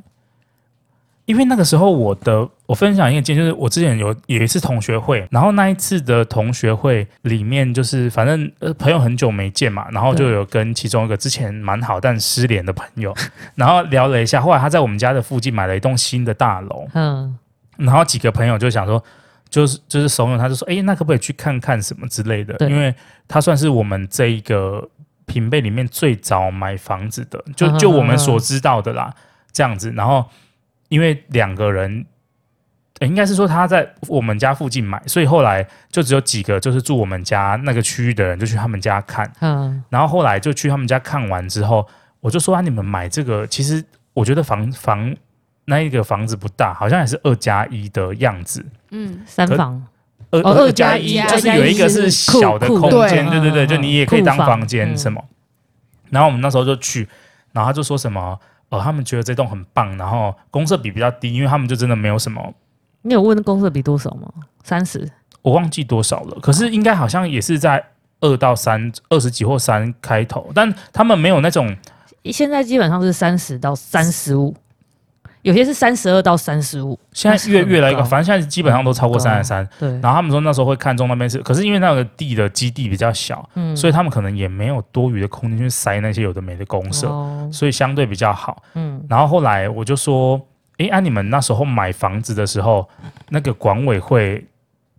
[SPEAKER 1] 因为那个时候我的我分享一个经验，就是我之前有有一次同学会，然后那一次的同学会里面，就是反正呃朋友很久没见嘛，然后就
[SPEAKER 2] 对
[SPEAKER 1] 有跟其中一个之前蛮好但失联的朋 友，然后聊了一下，后来他在我们家的附近买了一栋新的大楼，
[SPEAKER 2] 嗯，
[SPEAKER 1] 然后几个朋友就想说，就是就是怂恿他，就说，哎、那可不可以去看看什么之类的？
[SPEAKER 2] 对
[SPEAKER 1] 因为他算是我们这一个平辈里面最早买房子的，就
[SPEAKER 2] 嗯
[SPEAKER 1] 就我们所知道的啦，这样子。然后因为两个人。呃应该是说他在我们家附近买，所以后来就只有几个就是住我们家那个区域的人就去他们家看，
[SPEAKER 2] 嗯，
[SPEAKER 1] 然后后来就去他们家看完之后，我就说啊，你们买这个，其实我觉得房房那一个房子不大，好像也是二加一的样子，
[SPEAKER 3] 嗯，
[SPEAKER 2] 三
[SPEAKER 1] 可
[SPEAKER 2] 房
[SPEAKER 1] 二
[SPEAKER 2] 哦
[SPEAKER 1] 二
[SPEAKER 2] 二加
[SPEAKER 1] 加
[SPEAKER 2] 一
[SPEAKER 1] 一就是有一个是小的空间，对
[SPEAKER 2] 酷
[SPEAKER 3] 酷
[SPEAKER 2] 的
[SPEAKER 1] 对对，
[SPEAKER 2] 嗯
[SPEAKER 1] 就你也可以当房间
[SPEAKER 2] 嗯
[SPEAKER 1] 什么。然后我们那时候就去，然后他就说什么，呃，他们觉得这栋很棒，然后公设比比较低，因为他们就真的没有什么，
[SPEAKER 2] 你有问公司比多少吗？三十，
[SPEAKER 1] 我忘记多少了，可是应该好像也是在二到三二十几或三开头，但他们没有那种
[SPEAKER 2] 现在基本上是三十到三十五，有些是三十二到三十五。
[SPEAKER 1] 现在越越来越高，
[SPEAKER 2] 那是很高
[SPEAKER 1] 反正现在基本上都超过三十三。
[SPEAKER 2] 对，
[SPEAKER 1] 然后他们说那时候会看中那边是，可是因为那个地的基地比较小，
[SPEAKER 2] 嗯
[SPEAKER 1] 所以他们可能也没有多余的空间去塞那些有的没的公社，
[SPEAKER 2] 哦
[SPEAKER 1] 所以相对比较好。
[SPEAKER 2] 嗯，
[SPEAKER 1] 然后后来我就说，诶，啊按、你们那时候买房子的时候，那个管委会。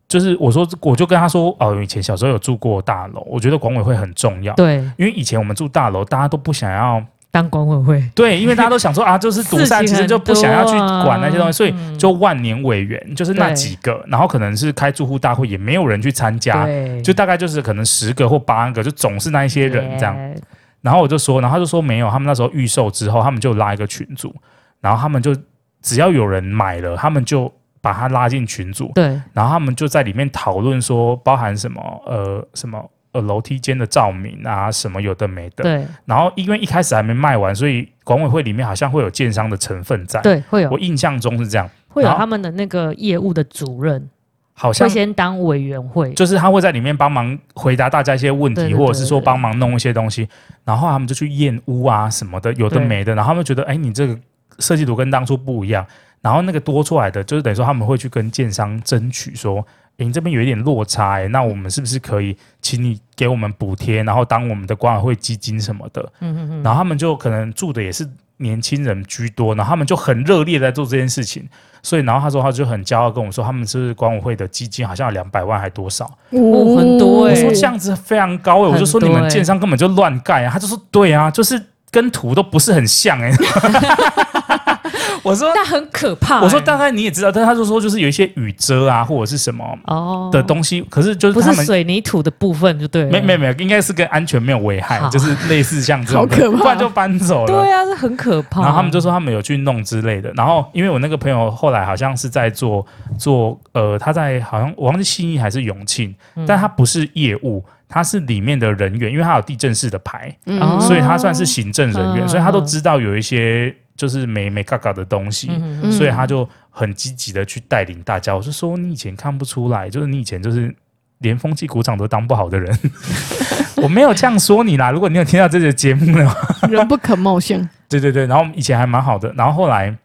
[SPEAKER 1] 就是我说，我就跟他说，哦，以前小时候有住过大楼，我觉得管委会很重要，
[SPEAKER 2] 对，
[SPEAKER 1] 因为以前我们住大楼，大家都不想要
[SPEAKER 2] 当管委会
[SPEAKER 1] 对，因为大家都想说啊，就是独善其身，就不想要去管那些东西，所以
[SPEAKER 2] 啊
[SPEAKER 1] 就万年委员就是那几个，然后可能是开住户大会也没有人去参加，
[SPEAKER 2] 对，
[SPEAKER 1] 就大概就是可能十个或八个，就总是那一些人这样。
[SPEAKER 2] Yeah，
[SPEAKER 1] 然后我就说，然后他就说没有，他们那时候预售之后，他们就拉一个群组，然后他们就只要有人买了，他们就把他拉进群组，
[SPEAKER 2] 对，
[SPEAKER 1] 然后他们就在里面讨论说，包含什么呃什么呃楼梯间的照明啊，什么有的没的。
[SPEAKER 2] 对，
[SPEAKER 1] 然后因为一开始还没卖完，所以管委会里面好像会有建商的成分在。
[SPEAKER 2] 对，会
[SPEAKER 1] 我
[SPEAKER 2] 有
[SPEAKER 1] 印象中是这样，
[SPEAKER 2] 会有
[SPEAKER 1] 然后
[SPEAKER 2] 他们的那个业务的主任
[SPEAKER 1] 好
[SPEAKER 2] 会
[SPEAKER 1] 像
[SPEAKER 2] 先当委员会，
[SPEAKER 1] 就是他会在里面帮忙回答大家一些问题，
[SPEAKER 2] 对对对
[SPEAKER 1] 或者是说
[SPEAKER 2] 对对
[SPEAKER 1] 帮忙弄一些东西，然后他们就去验屋啊什么的，有的
[SPEAKER 2] 对
[SPEAKER 1] 没的，然后他们觉得，哎，你这个设计图跟当初不一样，然后那个多出来的，就是等于说他们会去跟建商争取说。诶你这边有一点落差、诶那我们是不是可以请你给我们补贴，然后当我们的管委会基金什么的？
[SPEAKER 2] 嗯嗯嗯，
[SPEAKER 1] 然后他们就可能住的也是年轻人居多，然后他们就很热烈地在做这件事情，所以然后他说他就很骄傲跟我说，他们是管委会的基金好像有两百万还多少，
[SPEAKER 2] 哦很多
[SPEAKER 1] 我
[SPEAKER 2] 欸
[SPEAKER 1] 说这样子非常高哎、我就说
[SPEAKER 2] 很
[SPEAKER 1] 你
[SPEAKER 2] 多
[SPEAKER 1] 们建商根本就乱盖啊，他就说对啊，就是跟图都不是很像 哎、我说
[SPEAKER 2] 但很可怕欸。
[SPEAKER 1] 我说大概你也知道，但他就说就是有一些雨遮啊或者是什么
[SPEAKER 2] 哦
[SPEAKER 1] 的东西，可是就是
[SPEAKER 2] 不
[SPEAKER 1] 他
[SPEAKER 2] 是
[SPEAKER 1] 们
[SPEAKER 2] 水泥土的部分就对了，
[SPEAKER 1] 没没没有，应该是跟安全没有危害，啊
[SPEAKER 2] 好
[SPEAKER 1] 就是类似像这种的，
[SPEAKER 3] 好可怕
[SPEAKER 1] 不然就搬走了。
[SPEAKER 2] 对啊，这很可怕。
[SPEAKER 1] 然后他们就说他们有去弄之类的。然后因为我那个朋友后来好像是在做做呃，他在好像我忘记信义还是永庆，
[SPEAKER 2] 嗯，
[SPEAKER 1] 但他不是业务，他是里面的人员，因为他有地震室的牌，
[SPEAKER 3] 嗯
[SPEAKER 2] 哦
[SPEAKER 1] 所以他算是行政人员，
[SPEAKER 2] 嗯
[SPEAKER 1] 所以他都
[SPEAKER 2] 嗯
[SPEAKER 1] 知道有一些就是没没嘎嘎的东西。
[SPEAKER 2] 嗯嗯
[SPEAKER 3] 嗯
[SPEAKER 1] 所以他就很积极的去带领大家。我就说你以前看不出来，就是你以前就是连风气鼓掌都当不好的人。 我没有这样说你啦，如果你有听到这个节目的话，
[SPEAKER 3] 人不可貌相。
[SPEAKER 1] 对对对，然后我们以前还蛮好的，然后后来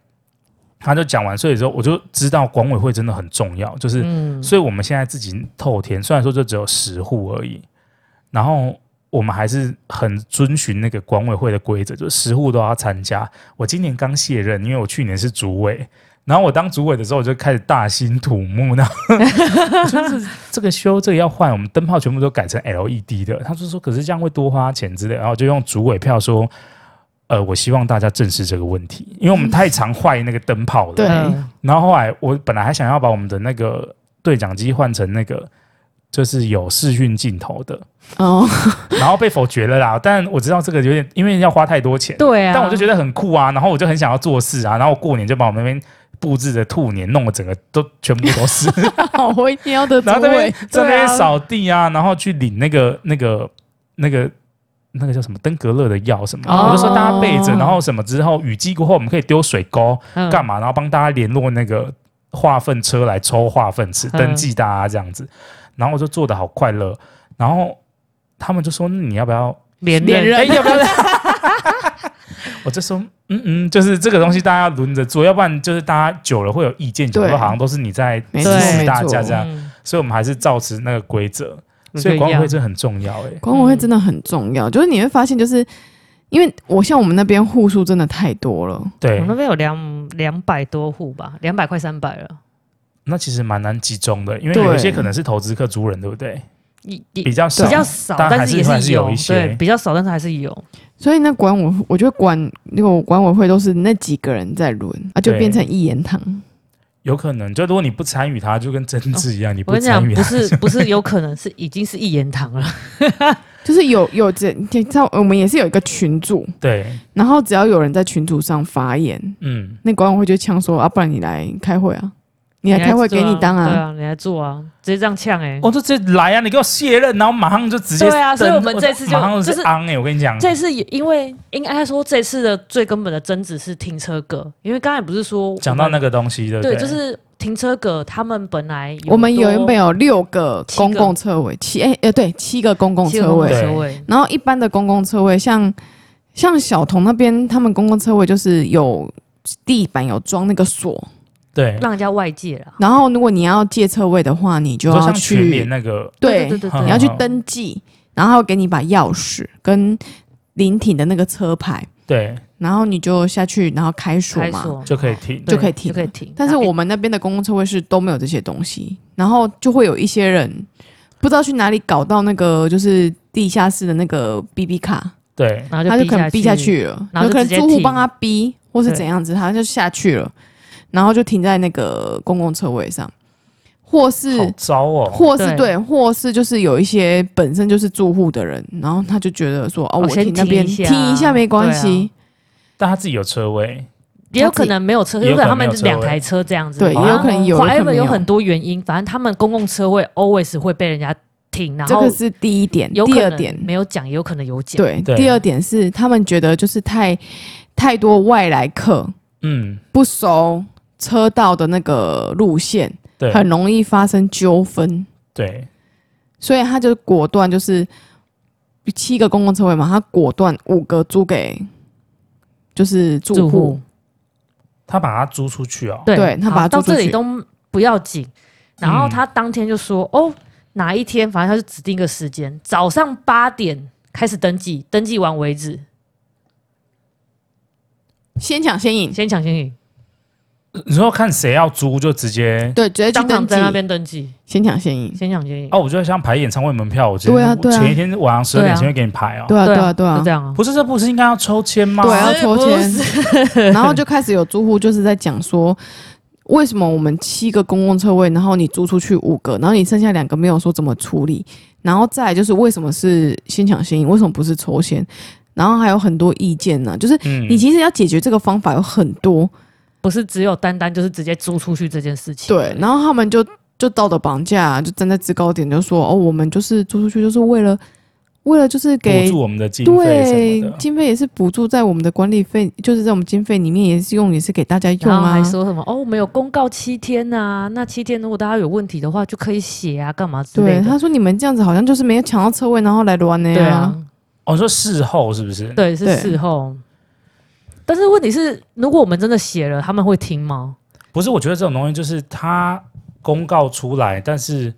[SPEAKER 1] 他就讲完，所以之后我就知道管委会真的很重要，就是、
[SPEAKER 2] 嗯
[SPEAKER 1] 所以我们现在自己透田，虽然说就只有十户而已，然后我们还是很遵循那个管委会的规则，就是十户都要参加。我今年刚卸任，因为我去年是主委。然后我当主委的时候，我就开始大兴土木，然后就是这个修这个要换，我们灯泡全部都改成 LED 的。他就说，可是这样会多花钱之类的，然后就用主委票说，呃，我希望大家正视这个问题，因为我们太常坏那个灯泡了。
[SPEAKER 3] 对
[SPEAKER 2] 嗯
[SPEAKER 1] 然后后来我本来还想要把我们的那个对讲机换成那个就是有视讯镜头的，
[SPEAKER 3] 哦，
[SPEAKER 1] 然后被否决了啦。但我知道这个有点，因为要花太多钱，
[SPEAKER 2] 对啊，
[SPEAKER 1] 但我就觉
[SPEAKER 2] 得
[SPEAKER 1] 得很酷啊，然后我就很想要做事啊，然后我过年就把我们那边。布置的兔年弄得整个都全部都 是，
[SPEAKER 3] 我一定要的主欸
[SPEAKER 1] 然后这边
[SPEAKER 3] 委，
[SPEAKER 1] 这
[SPEAKER 2] 对
[SPEAKER 1] 边
[SPEAKER 2] 啊
[SPEAKER 1] 扫地啊，然后去领那个那个那个那个叫什么登革热的药什么的，
[SPEAKER 2] 哦
[SPEAKER 1] 我就说大家备着，然后什么之后雨季过后我们可以丢水沟，
[SPEAKER 2] 嗯
[SPEAKER 1] 干嘛，然后帮大家联络那个化粪车来抽化粪池，
[SPEAKER 2] 嗯
[SPEAKER 1] 登记大家这样子。然后我就做的好快乐，然后他们就说那你要不要？
[SPEAKER 2] 嗯连
[SPEAKER 3] 连
[SPEAKER 2] 任嗯
[SPEAKER 3] 任
[SPEAKER 1] 哎，要不要？我就说嗯嗯，就是这个东西大家轮着做，要不然就是大家久了会有意见，久
[SPEAKER 3] 对
[SPEAKER 1] 了好像都是你在指
[SPEAKER 3] 没
[SPEAKER 2] 错嗯
[SPEAKER 1] 使
[SPEAKER 2] 没
[SPEAKER 1] 大
[SPEAKER 3] 错
[SPEAKER 1] 家这样，
[SPEAKER 2] 嗯
[SPEAKER 1] 所以我们还是照持那个规则。所以管委会这很重要哎、
[SPEAKER 3] 管委会真的很
[SPEAKER 1] 嗯
[SPEAKER 3] 重要，就是你会发现，就是因为我像我们那边户数真的太多了，
[SPEAKER 2] 我
[SPEAKER 1] 对
[SPEAKER 2] 们，那边有两两百多户吧，两百快三百了，
[SPEAKER 1] 那其实蛮难集中的，因为
[SPEAKER 3] 对
[SPEAKER 1] 有一些可能是投资客租人，对不对？
[SPEAKER 2] 一一
[SPEAKER 1] 比
[SPEAKER 2] 比
[SPEAKER 1] 较少，
[SPEAKER 2] 较少，
[SPEAKER 1] 但还
[SPEAKER 2] 但
[SPEAKER 1] 是
[SPEAKER 2] 也
[SPEAKER 1] 还是有
[SPEAKER 2] 有
[SPEAKER 1] 一些
[SPEAKER 2] 对，比较少，但是还是有。
[SPEAKER 3] 所以那管我，我觉得管那个管委会都是那几个人在轮啊，就
[SPEAKER 1] 对
[SPEAKER 3] 变成一言堂。
[SPEAKER 1] 有可能，就如果你不参与它，就跟政治一样，你
[SPEAKER 2] 我
[SPEAKER 1] 不
[SPEAKER 2] 跟你讲
[SPEAKER 1] 参，与啊
[SPEAKER 2] 不
[SPEAKER 1] 它，
[SPEAKER 2] 是不是有可能是已经是一言堂了，
[SPEAKER 3] 就是有有这，你知道我们也是有一个群组，
[SPEAKER 1] 对，
[SPEAKER 3] 然后只要有人在群组上发言，
[SPEAKER 1] 嗯，
[SPEAKER 3] 那管委会就呛说啊，不然你来开会啊，你来开会给你当
[SPEAKER 2] 对
[SPEAKER 3] 啊，
[SPEAKER 2] 啊，你来做啊，直接这样呛哎。
[SPEAKER 1] 我就直接来啊，你给我卸任，然后马上就直接登，
[SPEAKER 2] 对啊所以我们这次就
[SPEAKER 1] 马上
[SPEAKER 2] 就是
[SPEAKER 1] 是昂哎、我跟你讲，
[SPEAKER 2] 这次也因为应该说这次的最根本的争执是停车格，因为刚才不是说我们
[SPEAKER 1] 讲到那个东西，对不
[SPEAKER 2] 对，
[SPEAKER 1] 对
[SPEAKER 2] 就是停车格，他们本来
[SPEAKER 3] 我们原本
[SPEAKER 2] 有
[SPEAKER 3] 有六个
[SPEAKER 2] 七个
[SPEAKER 3] 公共车位，七哎呃对，七个公共
[SPEAKER 2] 多七个
[SPEAKER 3] 车位
[SPEAKER 1] 对，
[SPEAKER 2] 车位，
[SPEAKER 3] 然后一般的公共车位，像像小童那边，他们公共车位就是有地板有装那个锁，
[SPEAKER 1] 对，
[SPEAKER 2] 让人家外界啦。
[SPEAKER 3] 然后如果你要借车位的话，你就
[SPEAKER 1] 你说
[SPEAKER 3] 要
[SPEAKER 1] 像全啊联
[SPEAKER 3] 去
[SPEAKER 1] 那个，
[SPEAKER 2] 对对
[SPEAKER 3] 对
[SPEAKER 1] 嗯
[SPEAKER 2] 对对
[SPEAKER 3] 你要去登记，然后他会给你把钥匙跟临停的那个车牌，
[SPEAKER 1] 对，
[SPEAKER 3] 然后你就下去，然后开锁
[SPEAKER 2] 开
[SPEAKER 3] 嘛。
[SPEAKER 2] 锁
[SPEAKER 1] 就可以停。
[SPEAKER 2] 对
[SPEAKER 3] 就可以停
[SPEAKER 2] 就可以停。
[SPEAKER 3] 但是我们那边的公共车位是都没有这些东西，然后就会有一些人不知道去哪里搞到那个就是地下室的那个 B B 卡，
[SPEAKER 1] 对，
[SPEAKER 2] 然后
[SPEAKER 3] 他
[SPEAKER 2] 就
[SPEAKER 3] 就可能逼下，去了，
[SPEAKER 2] 然后就
[SPEAKER 3] 有可能
[SPEAKER 2] 直接
[SPEAKER 3] 住户
[SPEAKER 2] 停
[SPEAKER 3] 帮他逼，或是
[SPEAKER 2] 对
[SPEAKER 3] 怎样子，他就下去了，然后就停在那个公共车位上，或
[SPEAKER 1] 好
[SPEAKER 3] 是
[SPEAKER 1] 糟哦，
[SPEAKER 3] 或是
[SPEAKER 2] 对
[SPEAKER 3] 对，或是就是有一些本身就是住户的人，然后他就觉得说，哦，
[SPEAKER 2] 哦
[SPEAKER 3] 我
[SPEAKER 2] 先
[SPEAKER 3] 停那
[SPEAKER 2] 停
[SPEAKER 3] 边
[SPEAKER 2] 一下
[SPEAKER 3] 停一下没关
[SPEAKER 2] 对啊
[SPEAKER 3] 系，
[SPEAKER 1] 但他自己有车位，
[SPEAKER 2] 也有可能没有车，
[SPEAKER 1] 也有
[SPEAKER 2] 有
[SPEAKER 1] 可
[SPEAKER 2] 可
[SPEAKER 1] 能
[SPEAKER 2] 能他们
[SPEAKER 1] 没有车位
[SPEAKER 2] 两台车这样子，
[SPEAKER 3] 对，也
[SPEAKER 1] 啊
[SPEAKER 3] 有可能有，也有可
[SPEAKER 2] However
[SPEAKER 3] 能
[SPEAKER 2] 有
[SPEAKER 3] 有
[SPEAKER 2] 很多原因，反正他们公共车位 always 会被人家停，然
[SPEAKER 3] 这
[SPEAKER 2] 后
[SPEAKER 3] 个是第一点，
[SPEAKER 2] 有
[SPEAKER 3] 第
[SPEAKER 2] 可
[SPEAKER 3] 二点
[SPEAKER 2] 能没有讲，也有可能有讲。
[SPEAKER 3] 对，
[SPEAKER 1] 对
[SPEAKER 3] 第二点是他们觉得就是太太多外来客
[SPEAKER 1] 嗯，
[SPEAKER 3] 不熟车道的那个路线，
[SPEAKER 1] 对
[SPEAKER 3] 很容易发生纠纷，
[SPEAKER 1] 对，
[SPEAKER 3] 所以他就果断就是七个公共车位嘛，他果断五个租给就是住
[SPEAKER 2] 住
[SPEAKER 3] 户
[SPEAKER 2] 户，
[SPEAKER 1] 他把它租出去哦。
[SPEAKER 2] 对
[SPEAKER 3] 对他
[SPEAKER 2] 好
[SPEAKER 3] 把它
[SPEAKER 2] 到
[SPEAKER 3] 租出
[SPEAKER 2] 这里
[SPEAKER 3] 去
[SPEAKER 2] 都不要紧，然后
[SPEAKER 1] 嗯
[SPEAKER 2] 他当天就说、哦，哪一天反正他就指定个时间，早上八点开始登记，登记完为止，
[SPEAKER 3] 先抢先赢，
[SPEAKER 2] 先抢先赢，
[SPEAKER 1] 你说看谁要租就直接
[SPEAKER 3] 对，直接去
[SPEAKER 2] 当场
[SPEAKER 3] 登记
[SPEAKER 2] 在，那边登记，
[SPEAKER 3] 先抢先赢，
[SPEAKER 2] 先抢先赢，
[SPEAKER 1] 哦，我就像排演唱会门票，我今天
[SPEAKER 3] 对啊对啊
[SPEAKER 1] 前一天晚上十
[SPEAKER 2] 对啊
[SPEAKER 1] 点前会给你排哦。
[SPEAKER 3] 对啊
[SPEAKER 2] 对
[SPEAKER 3] 对
[SPEAKER 2] 啊
[SPEAKER 3] 啊对
[SPEAKER 2] 就
[SPEAKER 3] 啊
[SPEAKER 2] 这，样啊，
[SPEAKER 1] 不是，这不是应该要抽签吗？
[SPEAKER 3] 对啊要抽
[SPEAKER 2] 不
[SPEAKER 3] 签
[SPEAKER 2] 是，
[SPEAKER 3] 然后就开始有住户就是在讲说，为什么我们七个公共车位，然后你租出去五个，然后你剩下两个没有说怎么处理，然后再来就是为什么是先抢先赢，为什么不是抽签？然后还有很多意见呢、就是
[SPEAKER 1] 嗯
[SPEAKER 3] 你其实要解决这个方法有很多，
[SPEAKER 2] 不是只有单单就是直接租出去这件事情。
[SPEAKER 3] 对，然后他们就就道德绑架、就站在制高点就说，哦，我们就是租出去就是为了为了就是
[SPEAKER 1] 嗯补
[SPEAKER 3] 给
[SPEAKER 1] 助我们的经费
[SPEAKER 3] 对
[SPEAKER 1] 什么的。
[SPEAKER 3] 经费也是补助在我们的管理费，就是在我们经费里面也是用，也是给大家用
[SPEAKER 2] 然后
[SPEAKER 3] 啊
[SPEAKER 2] 还。说什么哦，我们有公告七天呐、那七天如果大家有问题的话，就可以写啊，干嘛之类
[SPEAKER 3] 对，
[SPEAKER 2] 的。
[SPEAKER 3] 他说你们这样子好像就是没有抢到车位，然后来乱呢、
[SPEAKER 2] 对啊，
[SPEAKER 1] 哦，你说事后是不是？，
[SPEAKER 2] 对是
[SPEAKER 3] 对
[SPEAKER 2] 事后。但是问题是，如果我们真的写了，他们会听吗？
[SPEAKER 1] 不是，我觉得这种东西就是他公告出来，但是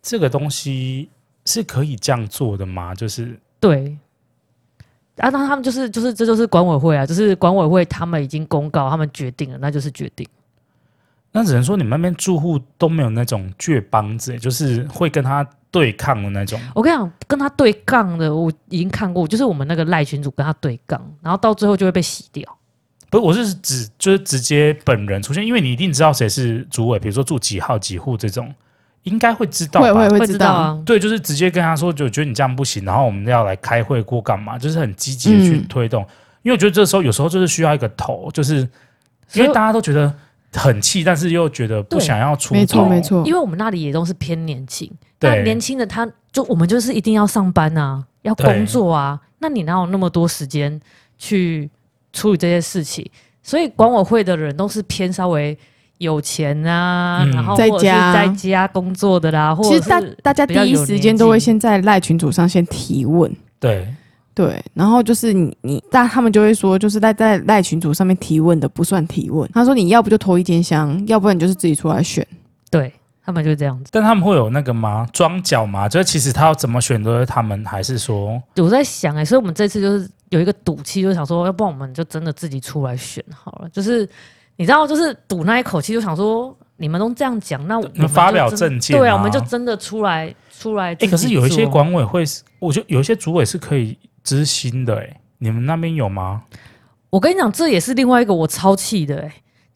[SPEAKER 1] 这个东西是可以这样做的吗？就是
[SPEAKER 2] 对。啊，那他们就是就是这就是管委会啊，就是管委会他们已经公告，他们决定了，那就是决定。
[SPEAKER 1] 那只能说你们那边住户都没有那种倔帮子，就是会跟他对抗的那种。
[SPEAKER 2] 我跟你讲，跟他对杠的，我已经看过，就是我们那个赖群主跟他对杠，然后到最后就会被洗掉。
[SPEAKER 1] 不是，我是指就是直接本人出现，因为你一定知道谁是主委，比如说住几号几户这种，应该会知道吧？
[SPEAKER 3] 会会
[SPEAKER 2] 会
[SPEAKER 3] 知
[SPEAKER 2] 知道啊，
[SPEAKER 1] 对，就是直接跟他说，就觉得你这样不行，然后我们要来开会过干嘛？就是很积极的去
[SPEAKER 3] 嗯
[SPEAKER 1] 推动，因为我觉得这时候有时候就是需要一个头，就是因
[SPEAKER 2] 所以
[SPEAKER 1] 为大家都觉得很气，但是又觉得不
[SPEAKER 2] 对
[SPEAKER 1] 想要出
[SPEAKER 3] 没错
[SPEAKER 1] 头
[SPEAKER 3] 没，错
[SPEAKER 2] 因，为我们那里也都是偏年轻，那
[SPEAKER 1] 对
[SPEAKER 2] 年轻的他就我们就是一定要上班啊，要工作啊，那你哪有那么多时间去处理这些事情？所以管委会的人都是偏稍微有钱啊，
[SPEAKER 1] 嗯
[SPEAKER 2] 然后
[SPEAKER 3] 在
[SPEAKER 2] 或者是
[SPEAKER 3] 家
[SPEAKER 2] 在家工作的啦，或
[SPEAKER 3] 其
[SPEAKER 2] 者
[SPEAKER 3] 实大
[SPEAKER 2] 是
[SPEAKER 3] 大家
[SPEAKER 2] 比
[SPEAKER 3] 第
[SPEAKER 2] 较
[SPEAKER 3] 一
[SPEAKER 2] 有
[SPEAKER 3] 时间
[SPEAKER 2] 年
[SPEAKER 3] 都会
[SPEAKER 2] 纪
[SPEAKER 3] 先在赖群组上先提问，
[SPEAKER 1] 对，
[SPEAKER 3] 对，然后就是你你，但他们就会说，就是在在赖群组上面提问的不算提问。他说你要不就投一间箱，要不然你就是自己出来选。
[SPEAKER 2] 对他们就这样子。
[SPEAKER 1] 但他们会有那个吗？装脚吗？就是其实他要怎么选择他们，还是说
[SPEAKER 2] 我在想哎、所以我们这次就是有一个赌气，就想说，要不然我们就真的自己出来选好了。就是你知道，就是赌那一口气，就想说你们都这样讲，那我
[SPEAKER 1] 你们
[SPEAKER 2] 们
[SPEAKER 1] 发表
[SPEAKER 2] 就真
[SPEAKER 1] 政见
[SPEAKER 2] 对啊，
[SPEAKER 1] 啊
[SPEAKER 2] 我们就真的出来出来自
[SPEAKER 1] 哎、
[SPEAKER 2] 己
[SPEAKER 1] 可
[SPEAKER 2] 做。啊
[SPEAKER 1] 是有一些管委会是，我觉得有一些主委是可以知心的、哎，你们那边有吗？
[SPEAKER 2] 我跟你讲，这也是另外一个我超气的、欸，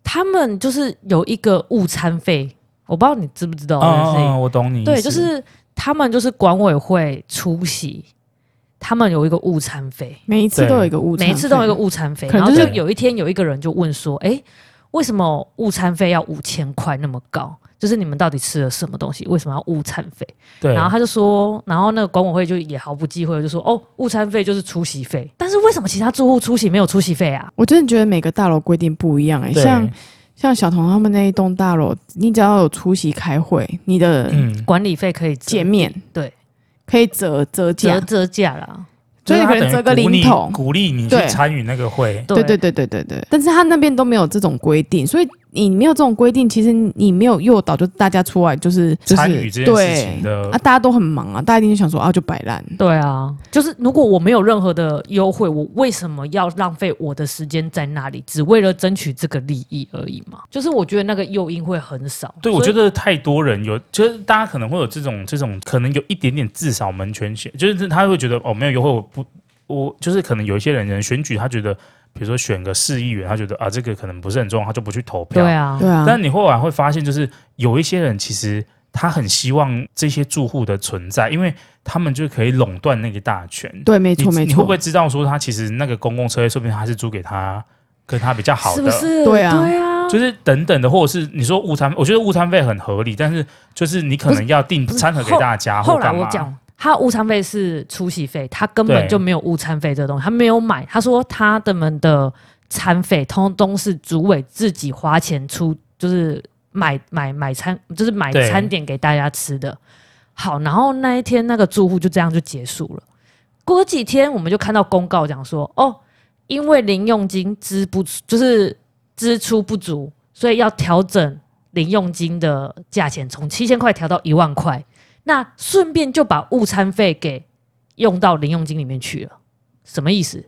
[SPEAKER 2] 他们就是有一个误餐费，我不知道你知不知道这件事情。
[SPEAKER 1] 嗯，我懂你意思。
[SPEAKER 2] 对，就是他们就是管委会出席，他们有一个误餐费，
[SPEAKER 3] 每一次
[SPEAKER 1] 对
[SPEAKER 3] 都有一个误差费，
[SPEAKER 2] 每一次都有一个误餐费，
[SPEAKER 3] 可
[SPEAKER 2] 然
[SPEAKER 3] 能
[SPEAKER 2] 后
[SPEAKER 3] 就是
[SPEAKER 2] 就有一天有一个人就问说，哎、为什么误餐费要五千块那么高？就是你们到底吃了什么东西？为什么要误餐费？
[SPEAKER 1] 对，
[SPEAKER 2] 然后他就说，然后那个管委会就也毫不忌讳地就说，哦，误餐费就是出席费。但是为什么其他住户出席没有出席费啊？
[SPEAKER 3] 我真的觉得每个大楼规定不一样哎、
[SPEAKER 1] 对
[SPEAKER 3] 像像小童他们那一栋大楼，你只要有出席开会，你的
[SPEAKER 1] 嗯，
[SPEAKER 2] 管理费可以折
[SPEAKER 3] 减免、
[SPEAKER 2] 对
[SPEAKER 3] 可以折折
[SPEAKER 2] 折
[SPEAKER 3] 价，
[SPEAKER 2] 折价啦。
[SPEAKER 3] 所以
[SPEAKER 1] 就是他
[SPEAKER 3] 你可能
[SPEAKER 1] 等于
[SPEAKER 3] 折个
[SPEAKER 1] 鼓
[SPEAKER 3] 零
[SPEAKER 1] 励
[SPEAKER 3] 头。
[SPEAKER 1] 鼓励你去
[SPEAKER 3] 对
[SPEAKER 1] 参与那个会。
[SPEAKER 2] 对
[SPEAKER 3] 对对对对对对。但是他那边都没有这种规定，所以你没有这种规定，其实你没有诱导，就大家出来就是就是
[SPEAKER 1] 参与这件事情
[SPEAKER 3] 对
[SPEAKER 1] 的嗯
[SPEAKER 3] 啊，大家都很忙啊，大家一定就想说啊，就摆烂。
[SPEAKER 2] 对啊，就是如果我没有任何的优惠，我为什么要浪费我的时间在那里，只为了争取这个利益而已嘛？就是我觉得那个诱因会很少。
[SPEAKER 1] 对，我觉
[SPEAKER 2] 得
[SPEAKER 1] 得太多人有，就是大家可能会有这种这种，可能有一点点自扫门前雪，就是他会觉得哦，没有优惠，我不，我就是可能有一些人人选举，他觉得，比如说选个市议员，他觉得啊这个可能不是很重要，他就不去投票。
[SPEAKER 2] 对啊
[SPEAKER 3] 对，啊，
[SPEAKER 1] 但你后来会发现，就是有一些人其实他很希望这些住户的存在，因为他们就可以垄断那个大权。
[SPEAKER 3] 对，没错
[SPEAKER 1] 你
[SPEAKER 3] 没
[SPEAKER 1] 你会
[SPEAKER 3] 错
[SPEAKER 1] 不会，知道说他其实那个公共车位，说不定他是租给他跟他比较好的，
[SPEAKER 2] 是不是？
[SPEAKER 3] 对啊
[SPEAKER 2] 对啊，
[SPEAKER 1] 就是等等的，或者是你说误餐，我觉得误餐费很合理，但是就是你可
[SPEAKER 2] 不
[SPEAKER 1] 能要订
[SPEAKER 2] 不是
[SPEAKER 1] 餐盒给
[SPEAKER 2] 后
[SPEAKER 1] 大家
[SPEAKER 2] 后
[SPEAKER 1] 或
[SPEAKER 2] 来
[SPEAKER 1] 干
[SPEAKER 2] 我
[SPEAKER 1] 嘛。
[SPEAKER 2] 讲，他误餐费是出席费，他根本
[SPEAKER 1] 对
[SPEAKER 2] 就没有误餐费这东西，他没有买。他说他的们的餐费通通是主委自己花钱出，就是买买买餐，就是买
[SPEAKER 1] 对
[SPEAKER 2] 餐点给大家吃的。好，然后那一天那个住户就这样就结束了。过几天我们就看到公告讲说，哦，因为零用金支不出就是支出不足，所以要调整零用金的价钱，从七千块调到一万块。那顺便就把误餐费给用到零用金里面去了，什么意思？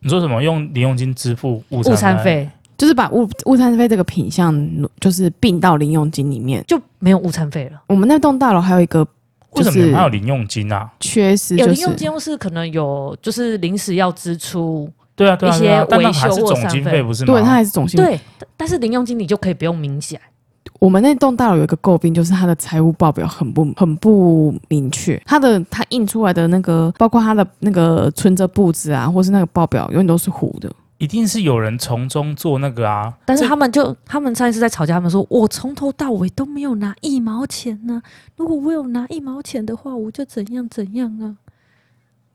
[SPEAKER 1] 你说什么用零用金支付误
[SPEAKER 2] 误
[SPEAKER 1] 餐
[SPEAKER 2] 餐？费
[SPEAKER 3] 就是把误误餐费这个品项，就是并到零用金里面。
[SPEAKER 2] 就没有误餐费了。
[SPEAKER 3] 我们那栋大楼还有一个
[SPEAKER 1] 为什么
[SPEAKER 3] 就是
[SPEAKER 1] 你们还有零用金啊？
[SPEAKER 3] 缺失，
[SPEAKER 2] 有
[SPEAKER 3] 就
[SPEAKER 2] 零用
[SPEAKER 3] 是
[SPEAKER 2] 金是可能有，就是临时要支出，
[SPEAKER 1] 对啊，对啊，
[SPEAKER 2] 一
[SPEAKER 1] 对啊
[SPEAKER 2] 些
[SPEAKER 1] 但那
[SPEAKER 2] 维
[SPEAKER 1] 还
[SPEAKER 2] 修
[SPEAKER 1] 是
[SPEAKER 2] 或
[SPEAKER 1] 总
[SPEAKER 2] 散
[SPEAKER 1] 经
[SPEAKER 2] 费
[SPEAKER 1] 费不是吗？
[SPEAKER 3] 对，它还是总薪。
[SPEAKER 2] 对，但但是零用金你就可以不用明起来。
[SPEAKER 3] 我们那栋大楼有一个诟病，就是它的财务报表很不很不明确，它的它印出来的那个，包括它的那个存折簿子啊，或是那个报表，永远都是糊的。
[SPEAKER 1] 一定是有人从中做那个啊。
[SPEAKER 2] 但是
[SPEAKER 1] 这
[SPEAKER 2] 他们就他们上一次在吵架，他们说我从头到尾都没有拿一毛钱呢、如果我有拿一毛钱的啊话，我就怎样怎样啊。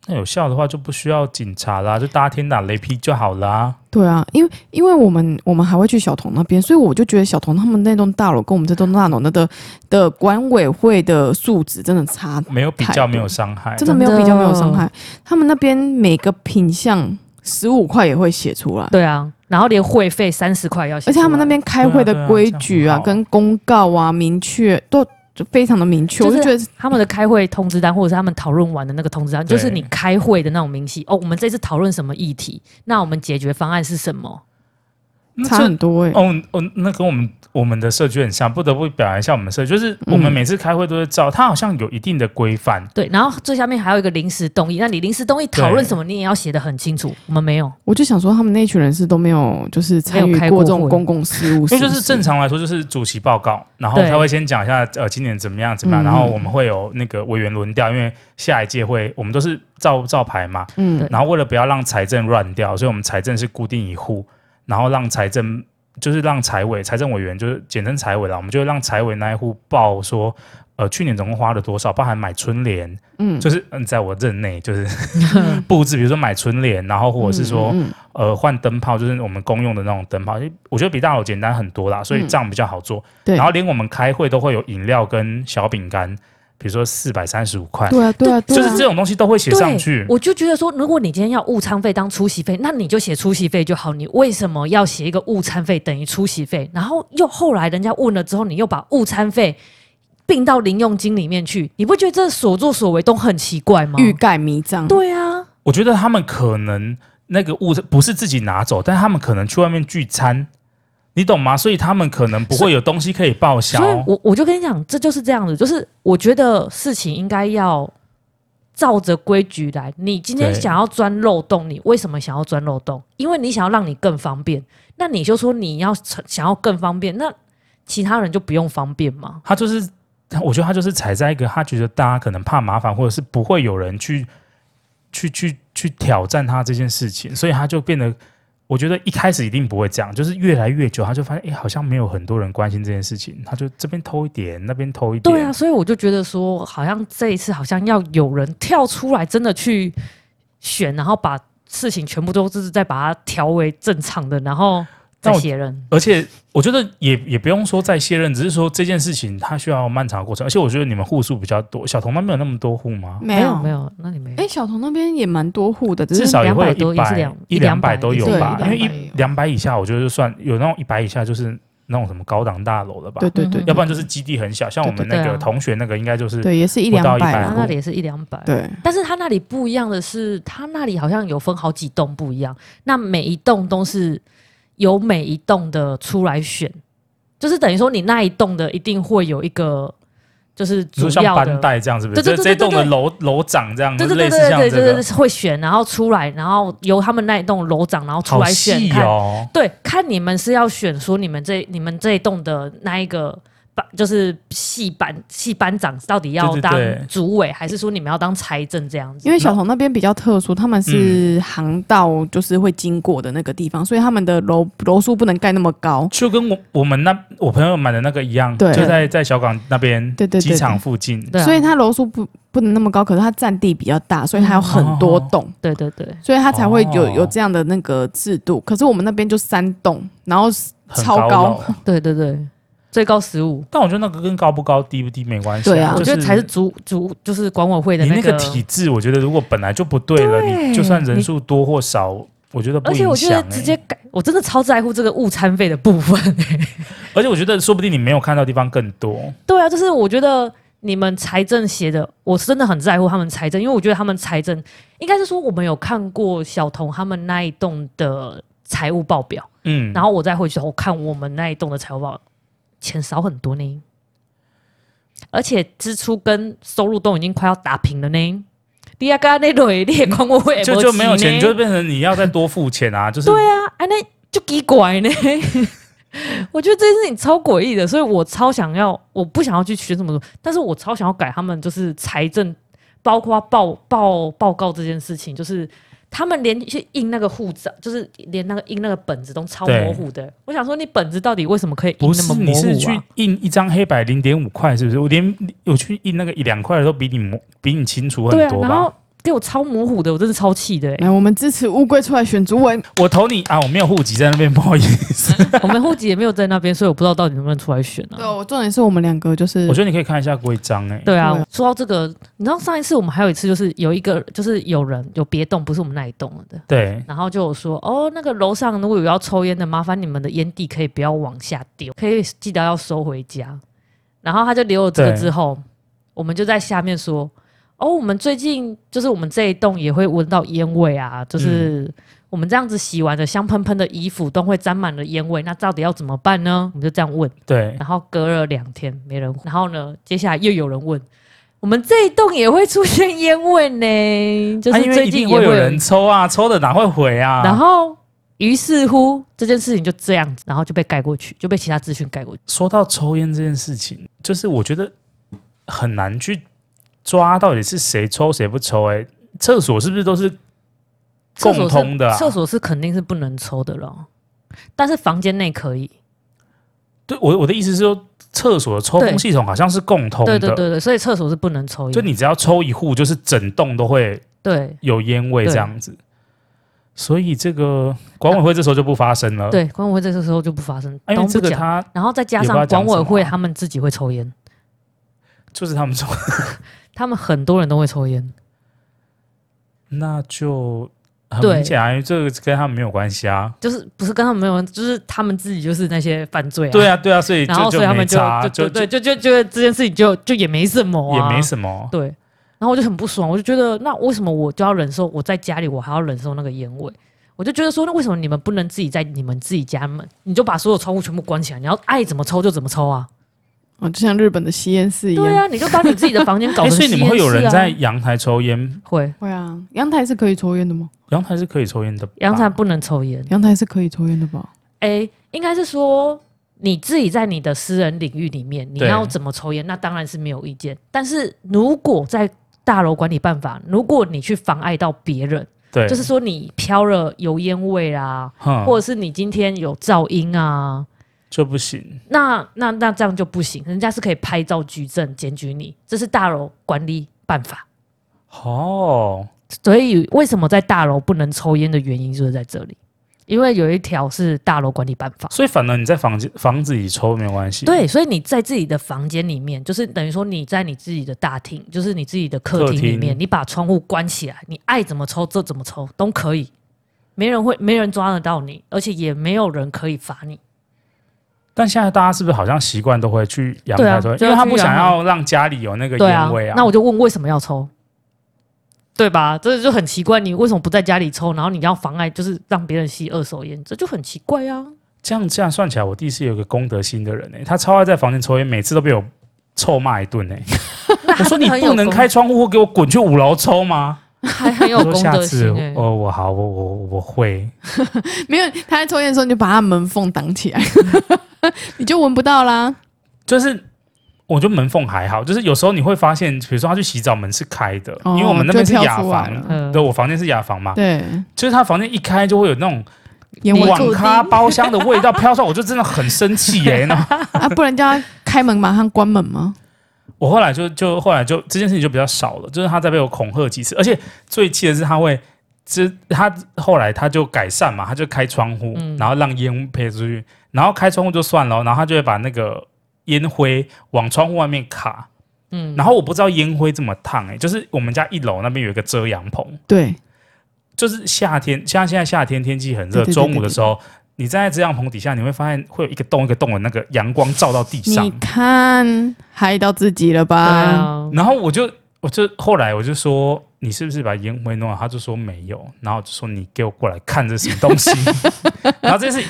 [SPEAKER 1] 那有效的话就不需要警察啦，就大家天打雷劈就好啦。
[SPEAKER 3] 对啊，因为因为我们我们还会去小童那边，所以我就觉得小童他们那栋大楼跟我们这栋大楼那的的管委会的素质真的差
[SPEAKER 1] 没有比
[SPEAKER 3] 态
[SPEAKER 1] 较，
[SPEAKER 3] 度
[SPEAKER 1] 没有伤害。
[SPEAKER 3] 真的没
[SPEAKER 2] 真
[SPEAKER 3] 有
[SPEAKER 2] 的
[SPEAKER 3] 比较，没有伤害。他们那边每个品项十五块也会写出来，
[SPEAKER 2] 对啊，然后连会费三十块要写出
[SPEAKER 3] 而
[SPEAKER 2] 来，
[SPEAKER 3] 且他们那边开会的规矩
[SPEAKER 1] 对啊
[SPEAKER 3] 啊，
[SPEAKER 1] 对啊这样很
[SPEAKER 3] 跟公告啊，明确都就非常的明确。
[SPEAKER 2] 就是
[SPEAKER 3] 我就觉得，
[SPEAKER 2] 他们的开会通知单，或者是他们讨论完的那个通知单，
[SPEAKER 1] 对
[SPEAKER 2] 就是你开会的那种明细。哦，我们这次讨论什么议题？那我们解决方案是什么？
[SPEAKER 1] 那
[SPEAKER 3] 差
[SPEAKER 1] 这
[SPEAKER 3] 很多哎、
[SPEAKER 1] 哦哦，那跟我们我们的社区很像，不得不表扬一下我们社区，就是我们
[SPEAKER 3] 嗯
[SPEAKER 1] 每次开会都会照，它好像有一定的规范。
[SPEAKER 2] 对，然后最下面还有一个临时动议，那你临时动议讨论什么，你也要写得很清楚。我们没有，
[SPEAKER 3] 我就想说，他们那群人是都没有就是参
[SPEAKER 2] 没有开
[SPEAKER 3] 与
[SPEAKER 2] 过
[SPEAKER 3] 过这种
[SPEAKER 2] 会
[SPEAKER 3] 公共事务，
[SPEAKER 1] 因为就是是
[SPEAKER 3] 不是
[SPEAKER 1] 正。常来说，就是主席报告，然后
[SPEAKER 2] 对
[SPEAKER 1] 他会先讲一下呃今年怎么样怎么样，
[SPEAKER 3] 嗯
[SPEAKER 1] 然后我们会有那个委员轮调，因为下一届会我们都是照照牌嘛，
[SPEAKER 3] 嗯，
[SPEAKER 1] 然后为了不要让财政乱掉，所以我们财政是固定一户，然后让财政就是让财委、财政委员就是简称财委啦，我们就会让财委那一户报说，呃，去年总共花了多少，包含买春联，
[SPEAKER 3] 嗯
[SPEAKER 1] 就是嗯，在我任内 就是布置，比如说买春联，然后或者是说、
[SPEAKER 3] 嗯嗯
[SPEAKER 1] 呃换灯泡，就是我们公用的那种灯泡，我觉得比大楼简单很多啦，所以
[SPEAKER 3] 嗯
[SPEAKER 1] 这样比较好做。
[SPEAKER 3] 对
[SPEAKER 1] 然后连我们开会都会有饮料跟小饼干，比如说四百三十五块，
[SPEAKER 3] 对啊，对啊，
[SPEAKER 1] 哎
[SPEAKER 3] 对
[SPEAKER 1] 就
[SPEAKER 3] 啊，
[SPEAKER 1] 是这种东西都会写上去
[SPEAKER 2] 对，。我就觉得说，如果你今天要误餐费当出席费，那你就写出席费就好。你为什么要写一个误餐费等于出席费？然后又后来人家问了之后，你又把误餐费并到零用金里面去，你不觉得这所作所为都很奇怪吗？
[SPEAKER 3] 欲盖弥彰。
[SPEAKER 2] 对啊，
[SPEAKER 1] 我觉得他们可能那个物不是自己拿走，但他们可能去外面聚餐，你懂吗？所以他们可能不会有东西可以报销
[SPEAKER 2] 所。以我我就跟你讲，这就是这样子，就是我觉得事情应该要照着规矩来。你今天
[SPEAKER 1] 对
[SPEAKER 2] 想要钻漏洞，你为什么想要钻漏洞？因为你想要让你更方便，那你就说你要想要更方便，那其他人就不用方便吗？
[SPEAKER 1] 他就是，我觉得他就是踩在一个他觉得大家可能怕麻烦，或者是不会有人去去去去挑战他这件事情，所以他就变得。我觉得一开始一定不会这样，就是越来越久，他就发现，哎、好像没有很多人关心这件事情，他就这边偷一点，那边偷一点，
[SPEAKER 2] 对啊，所以我就觉得说，好像这一次好像要有人跳出来，真的去选，然后把事情全部都是再把它调为正常的，然后再
[SPEAKER 1] 但我
[SPEAKER 2] 写人。
[SPEAKER 1] 而且我觉得也也不用说再卸任，只是说这件事情它需要漫长的过程。而且我觉得你们户数比较多，小童那边有那么多户吗？
[SPEAKER 3] 没有
[SPEAKER 2] 没。有，那你没有。
[SPEAKER 3] 哎，小童那边也蛮多户的，只
[SPEAKER 1] 至
[SPEAKER 3] 是
[SPEAKER 1] 少也会有
[SPEAKER 2] 200多
[SPEAKER 1] 一
[SPEAKER 2] 也是
[SPEAKER 1] 百
[SPEAKER 2] 两
[SPEAKER 1] 一
[SPEAKER 2] 一
[SPEAKER 1] 两
[SPEAKER 2] 两
[SPEAKER 1] 百
[SPEAKER 2] 百
[SPEAKER 1] 都有
[SPEAKER 3] 对
[SPEAKER 1] 吧，因为
[SPEAKER 3] 一
[SPEAKER 1] 一
[SPEAKER 3] 两百也有
[SPEAKER 1] 两百以下，我觉得就算有那种一百以下就是那种什么高档大楼了吧，
[SPEAKER 3] 对对对
[SPEAKER 1] 嗯要不然就是基地很小，像我们
[SPEAKER 3] 对
[SPEAKER 2] 对
[SPEAKER 1] 那
[SPEAKER 2] 对
[SPEAKER 1] 个
[SPEAKER 2] 啊
[SPEAKER 1] 同学那个应该就是
[SPEAKER 3] 对，也是一
[SPEAKER 1] 不
[SPEAKER 3] 两
[SPEAKER 1] 到嗯
[SPEAKER 3] 百
[SPEAKER 1] 100
[SPEAKER 2] 他
[SPEAKER 1] 户
[SPEAKER 3] 啊。
[SPEAKER 2] 那里也是一两百，
[SPEAKER 3] 对，
[SPEAKER 2] 但是他那里不一样的是，他那里好像有分好几栋不一样，那每一栋都是有每一栋的出来选，就是等于说你那一栋的一定会有一个就是
[SPEAKER 1] 你
[SPEAKER 2] 主
[SPEAKER 1] 说像
[SPEAKER 2] 要
[SPEAKER 1] 班
[SPEAKER 2] 的。
[SPEAKER 1] 带这样，是不是？
[SPEAKER 2] 对
[SPEAKER 1] 这
[SPEAKER 2] 对
[SPEAKER 1] 这
[SPEAKER 2] 对
[SPEAKER 1] 栋的
[SPEAKER 2] 对对
[SPEAKER 1] 楼楼长这样，
[SPEAKER 2] 对对对
[SPEAKER 1] 类似
[SPEAKER 2] 对
[SPEAKER 1] 像
[SPEAKER 2] 对
[SPEAKER 1] 这
[SPEAKER 2] 对
[SPEAKER 1] 个
[SPEAKER 2] 对，，会选，然后出来，然后由他们那一栋楼长，然后出
[SPEAKER 1] 好
[SPEAKER 2] 来选，
[SPEAKER 1] 细
[SPEAKER 2] 看
[SPEAKER 1] 哦。
[SPEAKER 2] 对，看你们是要选说你们这你们这一栋的那一个班就是系班系班长到底要
[SPEAKER 1] 对对
[SPEAKER 2] 当
[SPEAKER 1] 对
[SPEAKER 2] 主委，还是说你们要当财政这样子？
[SPEAKER 3] 因为小童那边比较特殊，他们
[SPEAKER 1] 嗯
[SPEAKER 3] 是航道，就是会经过的那个地方，所以他们的楼楼数不能盖那么高。
[SPEAKER 1] 就跟我我们那我朋友买的那个一样，
[SPEAKER 3] 对
[SPEAKER 1] 就在在小港那边
[SPEAKER 3] 对对对
[SPEAKER 1] 机场附近，
[SPEAKER 2] 对啊
[SPEAKER 3] 所以它楼数不不能那么高，可是它占地比较大，所以它有很多栋，
[SPEAKER 2] 对对对，
[SPEAKER 3] 所以它才会有
[SPEAKER 1] 哦
[SPEAKER 3] 有这样的那个制度。可是我们那边就三栋，然后
[SPEAKER 1] 很
[SPEAKER 3] 超高
[SPEAKER 1] 楼。
[SPEAKER 2] 对对对，最高十五，
[SPEAKER 1] 但我觉得那个跟高不高、低不低没关系、
[SPEAKER 3] 对啊
[SPEAKER 1] 就
[SPEAKER 2] 我觉得才是主主就是管委会的
[SPEAKER 1] 你那
[SPEAKER 2] 个
[SPEAKER 1] 个体制，我觉得如果本来就不对了，
[SPEAKER 2] 对
[SPEAKER 1] 你就算人数多或少，我觉得不
[SPEAKER 2] 而
[SPEAKER 1] 影响、欸。
[SPEAKER 2] 且我觉得直接，改，我真的超在乎这个误餐费的部分、欸
[SPEAKER 1] 而且我觉得说不定你没有看到的地方更多。
[SPEAKER 2] 对啊，就是我觉得你们财政写的，我是真的很在乎他们财政，因为我觉得他们财政应该是说我们有看过小童他们那一栋的财务报表，
[SPEAKER 1] 嗯，
[SPEAKER 2] 然后我再回去我看我们那一栋的财务报表，钱少很多呢，而且支出跟收入都已经快要打平了呢。你也刚那类，你也管欸我会
[SPEAKER 1] 嗯就就没有钱，就
[SPEAKER 2] 对
[SPEAKER 1] 变成你要再多付钱 啊！就是
[SPEAKER 2] 啊，啊那就奇怪呢。 我觉得这件事情超诡异的，所以我超想要，我不想要去学什么，但是我超想要改他们就是财政，包括报报报告这件事情，就是他们连去印那个护照，就是连那个印那个本子都超
[SPEAKER 1] 对
[SPEAKER 2] 模糊的。我想说，你本子到底为什么可以印
[SPEAKER 1] 不
[SPEAKER 2] 那
[SPEAKER 1] 是
[SPEAKER 2] 么模
[SPEAKER 1] 你
[SPEAKER 2] 糊、啊？
[SPEAKER 1] 是去印一张黑白零点五块，是不是？我连我去印那个一两块的都比你模比你清楚很
[SPEAKER 2] 对啊，
[SPEAKER 1] 多
[SPEAKER 2] 然
[SPEAKER 1] 吧？
[SPEAKER 2] 后给我超模糊的，我真是超气的、欸。
[SPEAKER 3] 来，我们支持乌龟出来选主委。
[SPEAKER 1] 我投你啊，我没有户籍在那边，不好意思。
[SPEAKER 2] 我们户籍也没有在那边，所以我不知道到底能不能出来选
[SPEAKER 3] 对，
[SPEAKER 2] 啊。
[SPEAKER 3] 我重点是我们两个就是
[SPEAKER 1] 我觉得你可以看一下规章哎、
[SPEAKER 2] 对啊
[SPEAKER 3] 对啊，
[SPEAKER 2] 说到这个，你知道上一次我们还有一次，就是有一个就是有人有别栋，不是我们那一栋的，
[SPEAKER 1] 对，
[SPEAKER 2] 然后就有说哦，那个楼上如果有要抽烟的，麻烦你们的烟蒂可以不要往下丢，可以记得要收回家。然后他就留了这个
[SPEAKER 1] 对
[SPEAKER 2] 之后，我们就在下面说哦，我们最近就是我们这一栋也会闻到烟味啊，
[SPEAKER 3] 嗯
[SPEAKER 2] 就是我们这样子洗完的香喷喷的衣服都会沾满了烟味，那到底要怎么办呢？我们就这样问。
[SPEAKER 1] 对
[SPEAKER 2] 然后隔了两天没人，然后呢，接下来又有人问，我们这一栋也会出现烟味呢，就
[SPEAKER 1] 啊
[SPEAKER 2] 是
[SPEAKER 1] 因为
[SPEAKER 2] 最
[SPEAKER 1] 一
[SPEAKER 2] 近也
[SPEAKER 1] 定
[SPEAKER 2] 会
[SPEAKER 1] 会有
[SPEAKER 2] 有
[SPEAKER 1] 人抽啊，抽的哪会毁啊？
[SPEAKER 2] 然后于是乎这件事情就这样子，然后就被盖过去，就被其他资讯盖过去。
[SPEAKER 1] 说到抽烟这件事情，就是我觉得很难去抓到底是谁抽谁不抽、欸。哎，厕所是不是都是
[SPEAKER 2] 厕所
[SPEAKER 1] 共
[SPEAKER 2] 是
[SPEAKER 1] 通的、啊？
[SPEAKER 2] 厕所是肯定是不能抽的了，但是房间内可以。
[SPEAKER 1] 对我我的意思是说，厕所的抽风
[SPEAKER 2] 对
[SPEAKER 1] 系统好像是共通的，
[SPEAKER 2] 对对对对，所以厕所是不能抽烟。
[SPEAKER 1] 就你只要抽一户，就是整栋都会
[SPEAKER 2] 对
[SPEAKER 1] 有烟味
[SPEAKER 2] 对
[SPEAKER 1] 这样子。所以这个管委会这时候就不发声了，
[SPEAKER 2] 对，管委会这个时候就不发生，
[SPEAKER 1] 呃啊，因
[SPEAKER 2] 都
[SPEAKER 1] 为
[SPEAKER 2] 不
[SPEAKER 1] 这个
[SPEAKER 2] 讲。
[SPEAKER 1] 他
[SPEAKER 2] 然后再加
[SPEAKER 1] 也不知道
[SPEAKER 2] 上
[SPEAKER 1] 讲
[SPEAKER 2] 管委
[SPEAKER 1] 什么
[SPEAKER 2] 会
[SPEAKER 1] 啊
[SPEAKER 2] 他们自己会抽烟，
[SPEAKER 1] 就是他们说，
[SPEAKER 2] 他们很多人都会抽烟。
[SPEAKER 1] 那就很
[SPEAKER 2] 对
[SPEAKER 1] 明显啊，因为这个跟他们没有关系啊。
[SPEAKER 2] 就是不是跟他们没有，就是他们自己就是那些犯罪啊。
[SPEAKER 1] 对，啊，对啊，所以
[SPEAKER 2] 然后
[SPEAKER 1] 就
[SPEAKER 2] 所以他
[SPEAKER 1] 没
[SPEAKER 2] 们就
[SPEAKER 1] 差，
[SPEAKER 2] 就
[SPEAKER 1] 就
[SPEAKER 2] 对对就就觉得这件事情就就也没什么
[SPEAKER 1] 也
[SPEAKER 2] 啊，
[SPEAKER 1] 没
[SPEAKER 2] 么。
[SPEAKER 1] 什么。
[SPEAKER 2] 对，然后我就很不爽，我就觉得那为什么我就要忍受我在家里我还要忍受那个烟味？我就觉得说，那为什么你们不能自己在你们自己家门，你就把所有窗户全部关起来，你要爱怎么抽就怎么抽啊？
[SPEAKER 3] 哦，就像日本的吸烟室一样。
[SPEAKER 2] 对啊，你就把你自己的房间搞
[SPEAKER 1] 哎，
[SPEAKER 2] 成、
[SPEAKER 1] 所以你们会有人在阳台抽烟？
[SPEAKER 2] 啊会
[SPEAKER 3] 会啊，阳台是可以抽烟的吗？
[SPEAKER 1] 阳台是可以抽烟的吧，
[SPEAKER 2] 阳台不能抽烟。
[SPEAKER 3] 阳台是可以抽烟的吧？
[SPEAKER 2] 诶，哎应该是说你自己在你的私人领域里面，你
[SPEAKER 1] 对
[SPEAKER 2] 要怎么抽烟，那当然是没有意见。但是如果在大楼管理办法，如果你去妨碍到别人，
[SPEAKER 1] 对，啊
[SPEAKER 2] 就是说你飘了油烟味啦、
[SPEAKER 1] 哼
[SPEAKER 2] 或者是你今天有噪音啊，
[SPEAKER 1] 就不行。
[SPEAKER 2] 那那那这样就不行，人家是可以拍照举证检举你，这是大楼管理办法。
[SPEAKER 1] 哦，
[SPEAKER 2] 所以为什么在大楼不能抽烟的原因就是在这里，因为有一条是大楼管理办法。
[SPEAKER 1] 所以反而你在房间房子里抽没有关系。
[SPEAKER 2] 对，所以你在自己的房间里面，就是等于说你在你自己的大厅，就是你自己的客
[SPEAKER 1] 客
[SPEAKER 2] 厅里面，
[SPEAKER 1] 厅
[SPEAKER 2] 你把窗户关起来，你爱怎么抽就怎么抽都可以，没人会没人抓得到你，而且也没有人可以罚你。
[SPEAKER 1] 但现在大家是不是好像习惯都会去阳
[SPEAKER 2] 对啊
[SPEAKER 1] 台抽烟？
[SPEAKER 2] 就
[SPEAKER 1] 因
[SPEAKER 2] 要
[SPEAKER 1] 为他
[SPEAKER 2] 去
[SPEAKER 1] 不想
[SPEAKER 2] 阳台
[SPEAKER 1] 要让家里有那个
[SPEAKER 2] 对啊
[SPEAKER 1] 烟味啊。，
[SPEAKER 2] 那我就问为什么要抽？对吧？这就很奇怪，你为什么不在家里抽，然后你要妨碍，就是让别人吸二手烟，这就很奇怪 啊。
[SPEAKER 1] 这样这样算起来，我弟是有个公德心的人欸诶、他超爱在房间抽烟，每次都被我臭骂一顿 诶、我说你
[SPEAKER 2] 很有
[SPEAKER 1] 不能
[SPEAKER 2] 公
[SPEAKER 1] 开窗户，或给我滚去五楼抽吗？
[SPEAKER 2] 还很有
[SPEAKER 1] 我说
[SPEAKER 2] 公
[SPEAKER 1] 下
[SPEAKER 2] 德
[SPEAKER 1] 次
[SPEAKER 2] 心、
[SPEAKER 1] 我
[SPEAKER 2] 欸。
[SPEAKER 1] 哦，我好，我我我会。
[SPEAKER 3] 没有， 他在抽烟的时候你就把他门缝挡起来，你就闻不到啦。
[SPEAKER 1] 就是我觉得门缝还好，就是有时候你会发现，比如说他去洗澡门是开的，
[SPEAKER 3] 哦
[SPEAKER 1] 因为我们那边是
[SPEAKER 3] 就跳
[SPEAKER 1] 雅
[SPEAKER 3] 出来了
[SPEAKER 1] 房，
[SPEAKER 2] 嗯
[SPEAKER 1] 对，我房间是雅房嘛，
[SPEAKER 3] 对，
[SPEAKER 1] 就是他房间一开就会有那种
[SPEAKER 3] 烟味
[SPEAKER 1] 网咖包厢的味道飘出来，我就真的很生气耶、 那
[SPEAKER 3] 啊，不然叫他开门马上关门吗？
[SPEAKER 1] 我后来就就后来就这件事情就比较少了，就是他再被我恐吓几次，而且最气的是他会，这他后来他就改善嘛，他就开窗户，
[SPEAKER 2] 嗯
[SPEAKER 1] 然后让烟雾飞出去，然后开窗户就算了哦，然后他就会把那个烟灰往窗户外面卡，
[SPEAKER 2] 嗯，
[SPEAKER 1] 然后我不知道烟灰这么烫哎、就是我们家一楼那边有一个遮阳棚，
[SPEAKER 3] 对，
[SPEAKER 1] 就是夏天，像现在夏天天气很热，
[SPEAKER 3] 对对对
[SPEAKER 1] 中午的时候。你站在遮阳棚底下，你会发现会有一个洞一个洞的那个阳光照到地上
[SPEAKER 3] 你，看害到自己了
[SPEAKER 2] 对
[SPEAKER 3] 吧？
[SPEAKER 2] 啊，
[SPEAKER 1] 然后我就我就后来我就说你是不是把烟灰弄了？他就说没有，然后我就说你给我过来看这是什么东西。 然后这是，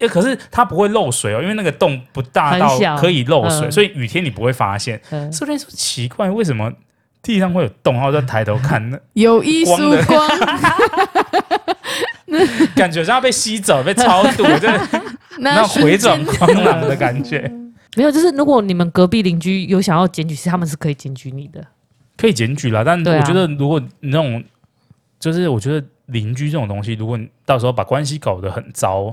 [SPEAKER 1] 呃可是它不会漏水哦，因为那个洞不大到
[SPEAKER 2] 很小
[SPEAKER 1] 可以漏水，
[SPEAKER 2] 嗯
[SPEAKER 1] 所以雨天你不会发现。
[SPEAKER 2] 嗯
[SPEAKER 1] 所以我就说奇怪，为什么地上会有洞？然后我就抬头看，那
[SPEAKER 3] 有一束光，
[SPEAKER 1] 感觉像要被吸走、被超 度，就是那
[SPEAKER 3] 那
[SPEAKER 1] 种回转
[SPEAKER 3] 瞬间
[SPEAKER 1] 光廊的感觉。
[SPEAKER 2] 没有，就是如果你们隔壁邻居有想要检举，是他们是可以检举你的。
[SPEAKER 1] 可以检举啦，但
[SPEAKER 2] 对啊
[SPEAKER 1] 我觉得如果你那种，就是我觉得邻居这种东西，如果你到时候把关系搞得很糟，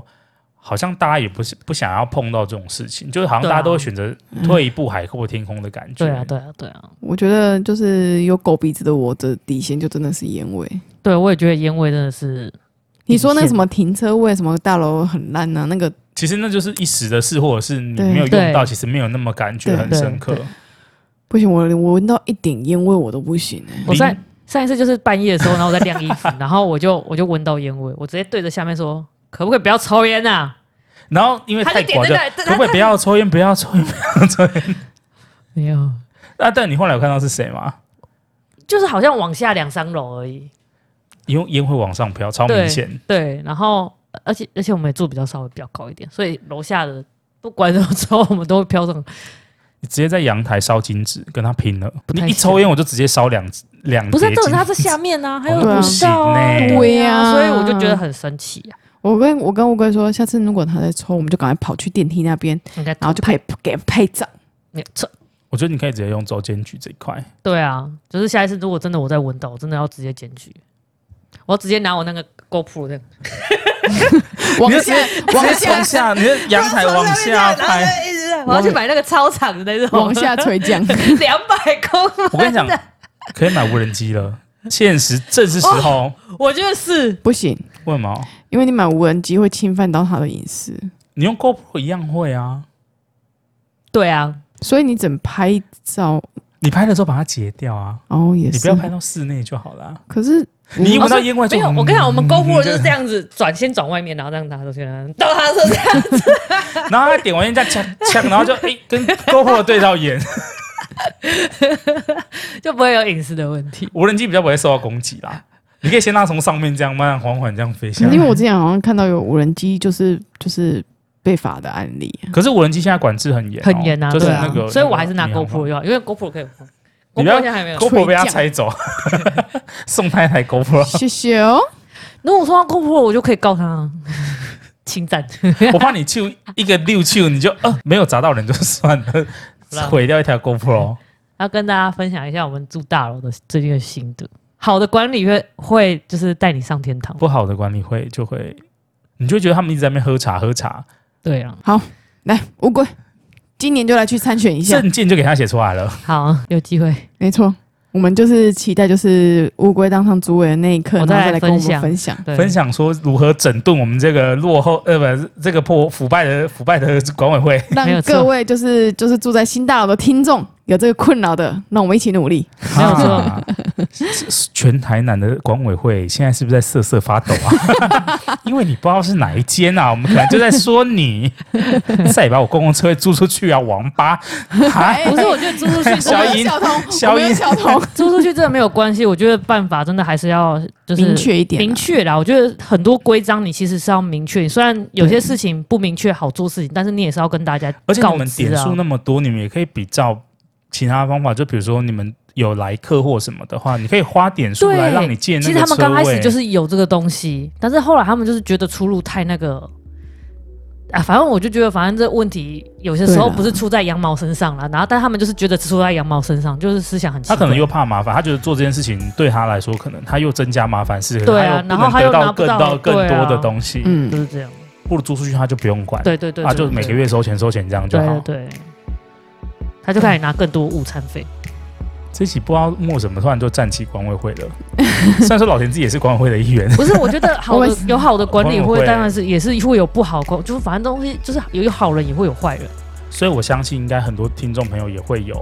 [SPEAKER 1] 好像大家也不是不想要碰到这种事情，就是好像
[SPEAKER 2] 对啊
[SPEAKER 1] 大家都会选择退一步海阔天空的感觉。
[SPEAKER 2] 对啊，对啊，对啊，
[SPEAKER 3] 我觉得就是有狗鼻子的我的底线就真的是烟味。
[SPEAKER 2] 对我也觉得烟味真的是
[SPEAKER 3] 你说那什么停车位什么大楼很烂啊呢、那个
[SPEAKER 1] 其实那就是一时的事，或者是你
[SPEAKER 3] 对
[SPEAKER 1] 没有用到，
[SPEAKER 2] 对
[SPEAKER 1] 其实没有那么感觉
[SPEAKER 3] 对
[SPEAKER 1] 很深刻
[SPEAKER 2] 对对。
[SPEAKER 3] 不行，我我闻到一点烟味我都不行哎、
[SPEAKER 2] 我
[SPEAKER 1] 邻
[SPEAKER 2] 上上一次就是半夜的时候，然后我在晾衣 服，然后我就我就闻到烟味，我直接对着下面说：“可不可以不要抽烟啊
[SPEAKER 1] 然后因为太广
[SPEAKER 2] 他就
[SPEAKER 1] 了
[SPEAKER 2] 点在那，
[SPEAKER 1] 可不可以不要抽烟？不要抽烟， 不要抽烟。？”
[SPEAKER 2] 没有，
[SPEAKER 1] 那但你后来有看到是谁吗？
[SPEAKER 2] 就是好像往下两三楼而已。
[SPEAKER 1] 烟烟会往上飘，超
[SPEAKER 2] 对
[SPEAKER 1] 明显。
[SPEAKER 2] 对，然后呃而且而且我们也住比较稍微比较高一点，所以楼下的不管怎么抽，我们都会飘上。
[SPEAKER 1] 你直接在阳台烧金纸，跟他拼了。
[SPEAKER 2] 不
[SPEAKER 1] 你
[SPEAKER 2] 太
[SPEAKER 1] 一抽烟，我就直接烧两两
[SPEAKER 2] 不是，
[SPEAKER 1] 叠
[SPEAKER 2] 重
[SPEAKER 1] 金
[SPEAKER 2] 点是它在下面呢、啊，还有
[SPEAKER 1] 哦对
[SPEAKER 3] 啊
[SPEAKER 2] 闻到啊，
[SPEAKER 1] 不行呢
[SPEAKER 2] 对
[SPEAKER 3] 对啊
[SPEAKER 2] 啊，所以我就觉得很生气啊。
[SPEAKER 3] 我跟我跟乌龟说，下次如果他在抽，我们就赶快跑去电梯那边，
[SPEAKER 2] 应该
[SPEAKER 3] 然后就拍给他拍照。
[SPEAKER 2] 没有错
[SPEAKER 1] 我觉得你可以直接用周间举这一 块，
[SPEAKER 2] 对啊，就是下一次如果真的我再闻到，我真的要直接检举，我要直接拿我那个 GoPro 那个，
[SPEAKER 3] 往下往
[SPEAKER 1] 直接
[SPEAKER 3] 下
[SPEAKER 1] 从 下，你的阳台往下拍。
[SPEAKER 2] 一直我要去买那个操场的那种，
[SPEAKER 3] 往下垂 降，
[SPEAKER 2] 两百公，
[SPEAKER 1] 我跟你讲， 可以买无人机了，现实正是时
[SPEAKER 2] 哦
[SPEAKER 1] 候。
[SPEAKER 2] 我觉得是
[SPEAKER 3] 不行，
[SPEAKER 1] 为什么？
[SPEAKER 3] 因为你买无人机会侵犯到他的隐私，
[SPEAKER 1] 你用 GoPro 一样会啊。
[SPEAKER 2] 对啊，
[SPEAKER 3] 所以你只能拍照
[SPEAKER 1] 你拍的时候把它截掉啊，
[SPEAKER 3] 哦，也
[SPEAKER 1] 你
[SPEAKER 3] 是。
[SPEAKER 1] 不要拍。到室内就好啊啦。
[SPEAKER 3] 可是
[SPEAKER 1] 你一
[SPEAKER 3] 我
[SPEAKER 1] 闻到烟味就
[SPEAKER 2] 没有。我跟你讲，我们 GoPro 就是这。
[SPEAKER 1] 嗯
[SPEAKER 2] 样子转，先转外面，然后这样拿出去，到他身上，
[SPEAKER 1] 然后他点完烟再呛呛，然后就哎跟 GoPro 对到眼，
[SPEAKER 2] 就不会有隐私的问题。
[SPEAKER 1] 无人机比较不会受到攻击啦。你可以先让它从上面这样慢慢缓缓这样飞下来
[SPEAKER 3] 因。为我之前好像看到有无人机就是就是被罚的案 例，
[SPEAKER 1] 可是无人机现在管制很严哦，
[SPEAKER 2] 很严啊，
[SPEAKER 1] 就是
[SPEAKER 2] 对
[SPEAKER 1] 那
[SPEAKER 2] 啊
[SPEAKER 1] 个，，
[SPEAKER 2] 所以我还是拿
[SPEAKER 1] 那个
[SPEAKER 2] GoPro 就好，因为 GoPro 可以放。
[SPEAKER 1] 你
[SPEAKER 2] GoPro
[SPEAKER 1] 不要
[SPEAKER 2] 现在还没有。
[SPEAKER 1] GoPro 被他拆 走，送他一台 GoPro。
[SPEAKER 3] 谢谢哦。
[SPEAKER 2] 如果我说到 GoPro，我就可以告他啊 侵占。
[SPEAKER 1] 我怕你去一个六去，你就呃没有砸到人就 算了，
[SPEAKER 2] 啦
[SPEAKER 1] 毁掉一条 GoPro。
[SPEAKER 2] 要跟大家分享一下我们住大楼的最近的心得。好的管理会会就是带你上天堂。
[SPEAKER 1] 不好的管理会就会，你就会觉得他们一直在那边喝茶喝茶，
[SPEAKER 2] 对啊，
[SPEAKER 3] 来，乌龟，今年就来去参选一下。
[SPEAKER 1] 证件就给他写出来了。
[SPEAKER 2] 好，有机会
[SPEAKER 3] 没错，我们就是期待就是乌龟当上主委的那一刻，
[SPEAKER 2] 我
[SPEAKER 3] 然后
[SPEAKER 2] 再
[SPEAKER 3] 再来
[SPEAKER 2] 来
[SPEAKER 3] 跟我
[SPEAKER 2] 分
[SPEAKER 3] 们
[SPEAKER 2] 享
[SPEAKER 3] 分享。
[SPEAKER 2] 对
[SPEAKER 1] 分享说如何整顿我们这个落后呃不是这个破腐败的腐败的管委会。
[SPEAKER 2] 没
[SPEAKER 3] 让
[SPEAKER 2] 有错
[SPEAKER 3] 各位就是就是住在新大楼的听众有这个困扰的，让我们一起努力。
[SPEAKER 2] 没有错
[SPEAKER 1] 啊是 全台南的管委会现在是不是在瑟瑟发抖啊？ 因为你不知道是哪一间啊，我们可能就在说你， 再把我公共车位租出去啊，王八！啊
[SPEAKER 3] 哎
[SPEAKER 2] 不是，我觉得租出去 真
[SPEAKER 1] 小
[SPEAKER 2] 的
[SPEAKER 1] 姨英
[SPEAKER 3] 小童，
[SPEAKER 1] 小
[SPEAKER 3] 我们有
[SPEAKER 1] 英
[SPEAKER 3] 小童，
[SPEAKER 2] 租出去真的没有关系。我觉得办法真的还是要就是
[SPEAKER 3] 明确一点啊，
[SPEAKER 2] 明确啦。我觉得很多规章你其实是要明确，虽然有些事情不明确好做事情，但是你也是要跟大家
[SPEAKER 1] 而且你
[SPEAKER 2] 告
[SPEAKER 1] 们
[SPEAKER 2] 知
[SPEAKER 1] 点
[SPEAKER 2] 啊
[SPEAKER 1] 数。那么多，你们也可以比照其他方法，就比如说你们有来客或什么的话，你可以花点数
[SPEAKER 2] 对
[SPEAKER 1] 来让你借那
[SPEAKER 2] 其
[SPEAKER 1] 个
[SPEAKER 2] 实他们
[SPEAKER 1] 车
[SPEAKER 2] 刚开始
[SPEAKER 1] 位
[SPEAKER 2] 就是有这个东西，但是后来他们就是觉得出入太那个啊，反正我就觉得，反正这问题有些时候
[SPEAKER 3] 对啦
[SPEAKER 2] 不是出在羊毛身上了，然后但他们就是觉得出在羊毛身上，就是思想很奇怪。
[SPEAKER 1] 他可能又怕麻烦，他觉得做这件事情对他来说，可能他又增加麻烦事，可是
[SPEAKER 2] 对啊
[SPEAKER 1] 他
[SPEAKER 2] 然后
[SPEAKER 1] 不
[SPEAKER 2] 他
[SPEAKER 1] 能
[SPEAKER 2] 又
[SPEAKER 1] 得
[SPEAKER 2] 拿
[SPEAKER 1] 到
[SPEAKER 2] 不
[SPEAKER 1] 更
[SPEAKER 2] 到
[SPEAKER 1] 到更
[SPEAKER 2] 对啊
[SPEAKER 1] 多的东西，
[SPEAKER 2] 就
[SPEAKER 3] 嗯，
[SPEAKER 2] 是这样。
[SPEAKER 1] 不如租出去他就不用管，
[SPEAKER 2] 对对对，
[SPEAKER 1] 啊，
[SPEAKER 2] 对
[SPEAKER 1] 就每个月收钱收钱这样就
[SPEAKER 2] 对
[SPEAKER 1] 好
[SPEAKER 2] 对。对，他就开始拿更多午餐费。
[SPEAKER 1] 这期不知道莫什么突然就站起管委会 了，虽然说老田自己也是管委会的一员，
[SPEAKER 2] 不是，我觉得好
[SPEAKER 3] 我
[SPEAKER 2] 的
[SPEAKER 3] 也是
[SPEAKER 2] 有好的管理
[SPEAKER 1] 我
[SPEAKER 2] 会，
[SPEAKER 1] 也会
[SPEAKER 2] 当然是也是会有不好管，就是反正东西就是有有好人也会有坏人。
[SPEAKER 1] 所以我相信应该很多听众朋友也会有，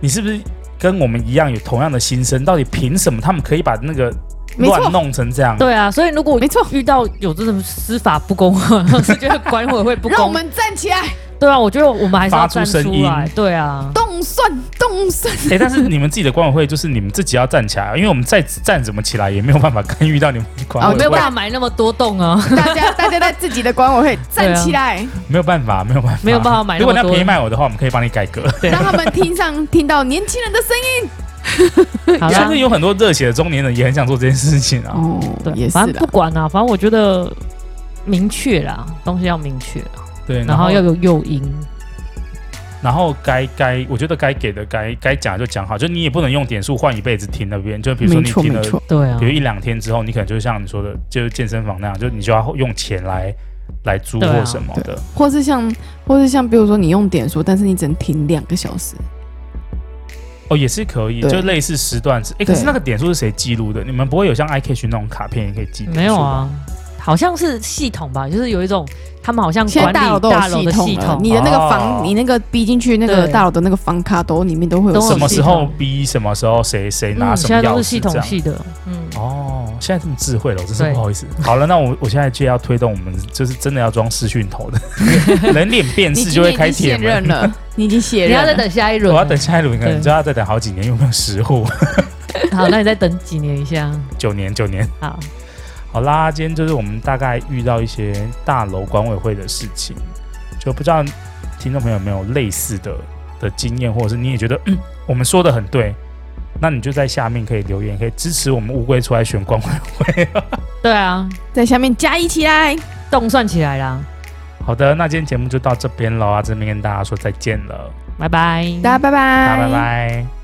[SPEAKER 1] 你是不是跟我们一样有同样的心声？到底凭什么他们可以把那个
[SPEAKER 3] 没错
[SPEAKER 1] 乱弄成这样？
[SPEAKER 2] 对啊，所以如果
[SPEAKER 3] 没错，
[SPEAKER 2] 遇到有这种司法不公， 我是觉得管委会不
[SPEAKER 3] 让我
[SPEAKER 2] 公。
[SPEAKER 3] 们站起来，
[SPEAKER 2] 对啊，我觉得我们还是要
[SPEAKER 1] 发出
[SPEAKER 2] 站
[SPEAKER 1] 声
[SPEAKER 2] 出
[SPEAKER 1] 音
[SPEAKER 2] 来。对啊，
[SPEAKER 3] 动算动算，
[SPEAKER 1] 哎、但是你们自己的管委会就是你们自己要站起来，因为我们再站怎么起来也没有办法干预到你们的管
[SPEAKER 3] 哦
[SPEAKER 1] 委
[SPEAKER 2] 啊没
[SPEAKER 1] 会，
[SPEAKER 2] 有办法买那么多栋 啊，
[SPEAKER 3] 大家大家在自己的管委会
[SPEAKER 2] 对啊
[SPEAKER 3] 站起来，
[SPEAKER 1] 没有办法，没有办法，
[SPEAKER 2] 没有办法买那
[SPEAKER 1] 如
[SPEAKER 2] 么
[SPEAKER 1] 果
[SPEAKER 2] 多
[SPEAKER 1] 那便宜卖我的话，我们可以帮你改革。
[SPEAKER 2] 对啊
[SPEAKER 3] 让他们听上听到年轻人的声音。
[SPEAKER 2] 好啊
[SPEAKER 1] 甚
[SPEAKER 2] 啦
[SPEAKER 1] 至，有很多热血的中年人也很想做这件事情啊。
[SPEAKER 3] 哦，
[SPEAKER 2] 对，
[SPEAKER 3] 也是
[SPEAKER 2] 反正
[SPEAKER 3] 的
[SPEAKER 2] 不，管啊啦、反正我觉得明确啦，东西要明确啦，
[SPEAKER 1] 对，
[SPEAKER 2] 然
[SPEAKER 1] 然
[SPEAKER 2] 后
[SPEAKER 1] 后
[SPEAKER 2] 要有诱因。
[SPEAKER 1] 然后该该，我觉得该给的该该讲就讲好，就你也不能用点数换一辈子停那边。就比如说
[SPEAKER 3] 没
[SPEAKER 1] 你
[SPEAKER 3] 错
[SPEAKER 1] 停
[SPEAKER 3] 没
[SPEAKER 1] 了
[SPEAKER 3] 错，
[SPEAKER 2] 对啊
[SPEAKER 1] 比，如一两天之后，你可能就像你说的，就是健身房那样，就你就要用钱来来租
[SPEAKER 2] 对啊
[SPEAKER 1] 或什么的。
[SPEAKER 3] 或是像或是像比如说你用点数，但是你只能停两个小时，
[SPEAKER 2] 嗯
[SPEAKER 1] 哦，也是可以，
[SPEAKER 3] 对
[SPEAKER 1] 就类似时段制。哎，可是
[SPEAKER 3] 对
[SPEAKER 1] 那个点数是谁记录的？你们不会有像 iCash 那种卡片也可以记？
[SPEAKER 2] 没有，啊，好像是系统吧，就是有一种他们好像
[SPEAKER 3] 现
[SPEAKER 2] 管
[SPEAKER 3] 在
[SPEAKER 2] 理
[SPEAKER 3] 大楼都有
[SPEAKER 2] 大楼的
[SPEAKER 3] 统
[SPEAKER 2] 系
[SPEAKER 3] 了，
[SPEAKER 2] 统，
[SPEAKER 3] 你的那个
[SPEAKER 1] 哦
[SPEAKER 3] 房，你那个逼进去那个
[SPEAKER 2] 对
[SPEAKER 3] 大楼的那个房卡都里面都会有
[SPEAKER 2] 都有
[SPEAKER 1] 什么
[SPEAKER 2] 系
[SPEAKER 1] 时候
[SPEAKER 2] 统
[SPEAKER 1] 逼什么时候谁谁拿
[SPEAKER 2] 嗯，
[SPEAKER 1] 什
[SPEAKER 2] 现
[SPEAKER 1] 么
[SPEAKER 2] 在
[SPEAKER 1] 钥
[SPEAKER 2] 都
[SPEAKER 1] 匙
[SPEAKER 2] 是系
[SPEAKER 1] 这
[SPEAKER 2] 统
[SPEAKER 1] 样。
[SPEAKER 2] 系的，嗯，
[SPEAKER 1] 哦，现在这么智慧了，我真是
[SPEAKER 2] 对
[SPEAKER 1] 不好意思。好了，那我我现在就要推动我们，就是真的要装视讯 头的，人脸辨
[SPEAKER 3] 你
[SPEAKER 1] 识
[SPEAKER 3] 今
[SPEAKER 1] 就
[SPEAKER 3] 天
[SPEAKER 1] 会
[SPEAKER 3] 已
[SPEAKER 1] 开
[SPEAKER 3] 经
[SPEAKER 1] 铁
[SPEAKER 3] 卸任
[SPEAKER 1] 门。
[SPEAKER 3] 了，你已经卸
[SPEAKER 2] 你
[SPEAKER 3] 任
[SPEAKER 2] 要
[SPEAKER 3] 了，
[SPEAKER 2] 再等下一轮，
[SPEAKER 1] 我要等下一轮，可能
[SPEAKER 2] 对
[SPEAKER 1] 就要再等好几年，有没有十户？
[SPEAKER 2] 好，那你再等几年一下，
[SPEAKER 1] 九年，九年。
[SPEAKER 2] 好，
[SPEAKER 1] 好啦，今天就是我们大概遇到一些大楼管委会的事情，就不知道听众朋友有没有类似的的经验，或者是你也觉得、嗯、我们说的很对，那你就在下面可以留言，可以支持我们乌龟出来选管委会。
[SPEAKER 2] 对啊，
[SPEAKER 3] 在下面加一起来，
[SPEAKER 2] 动算起来啦，
[SPEAKER 1] 好的，那今天节目就到这边了啊，这边跟大家说再见了，
[SPEAKER 2] 拜拜，
[SPEAKER 3] 大家拜拜，
[SPEAKER 1] 大家拜拜。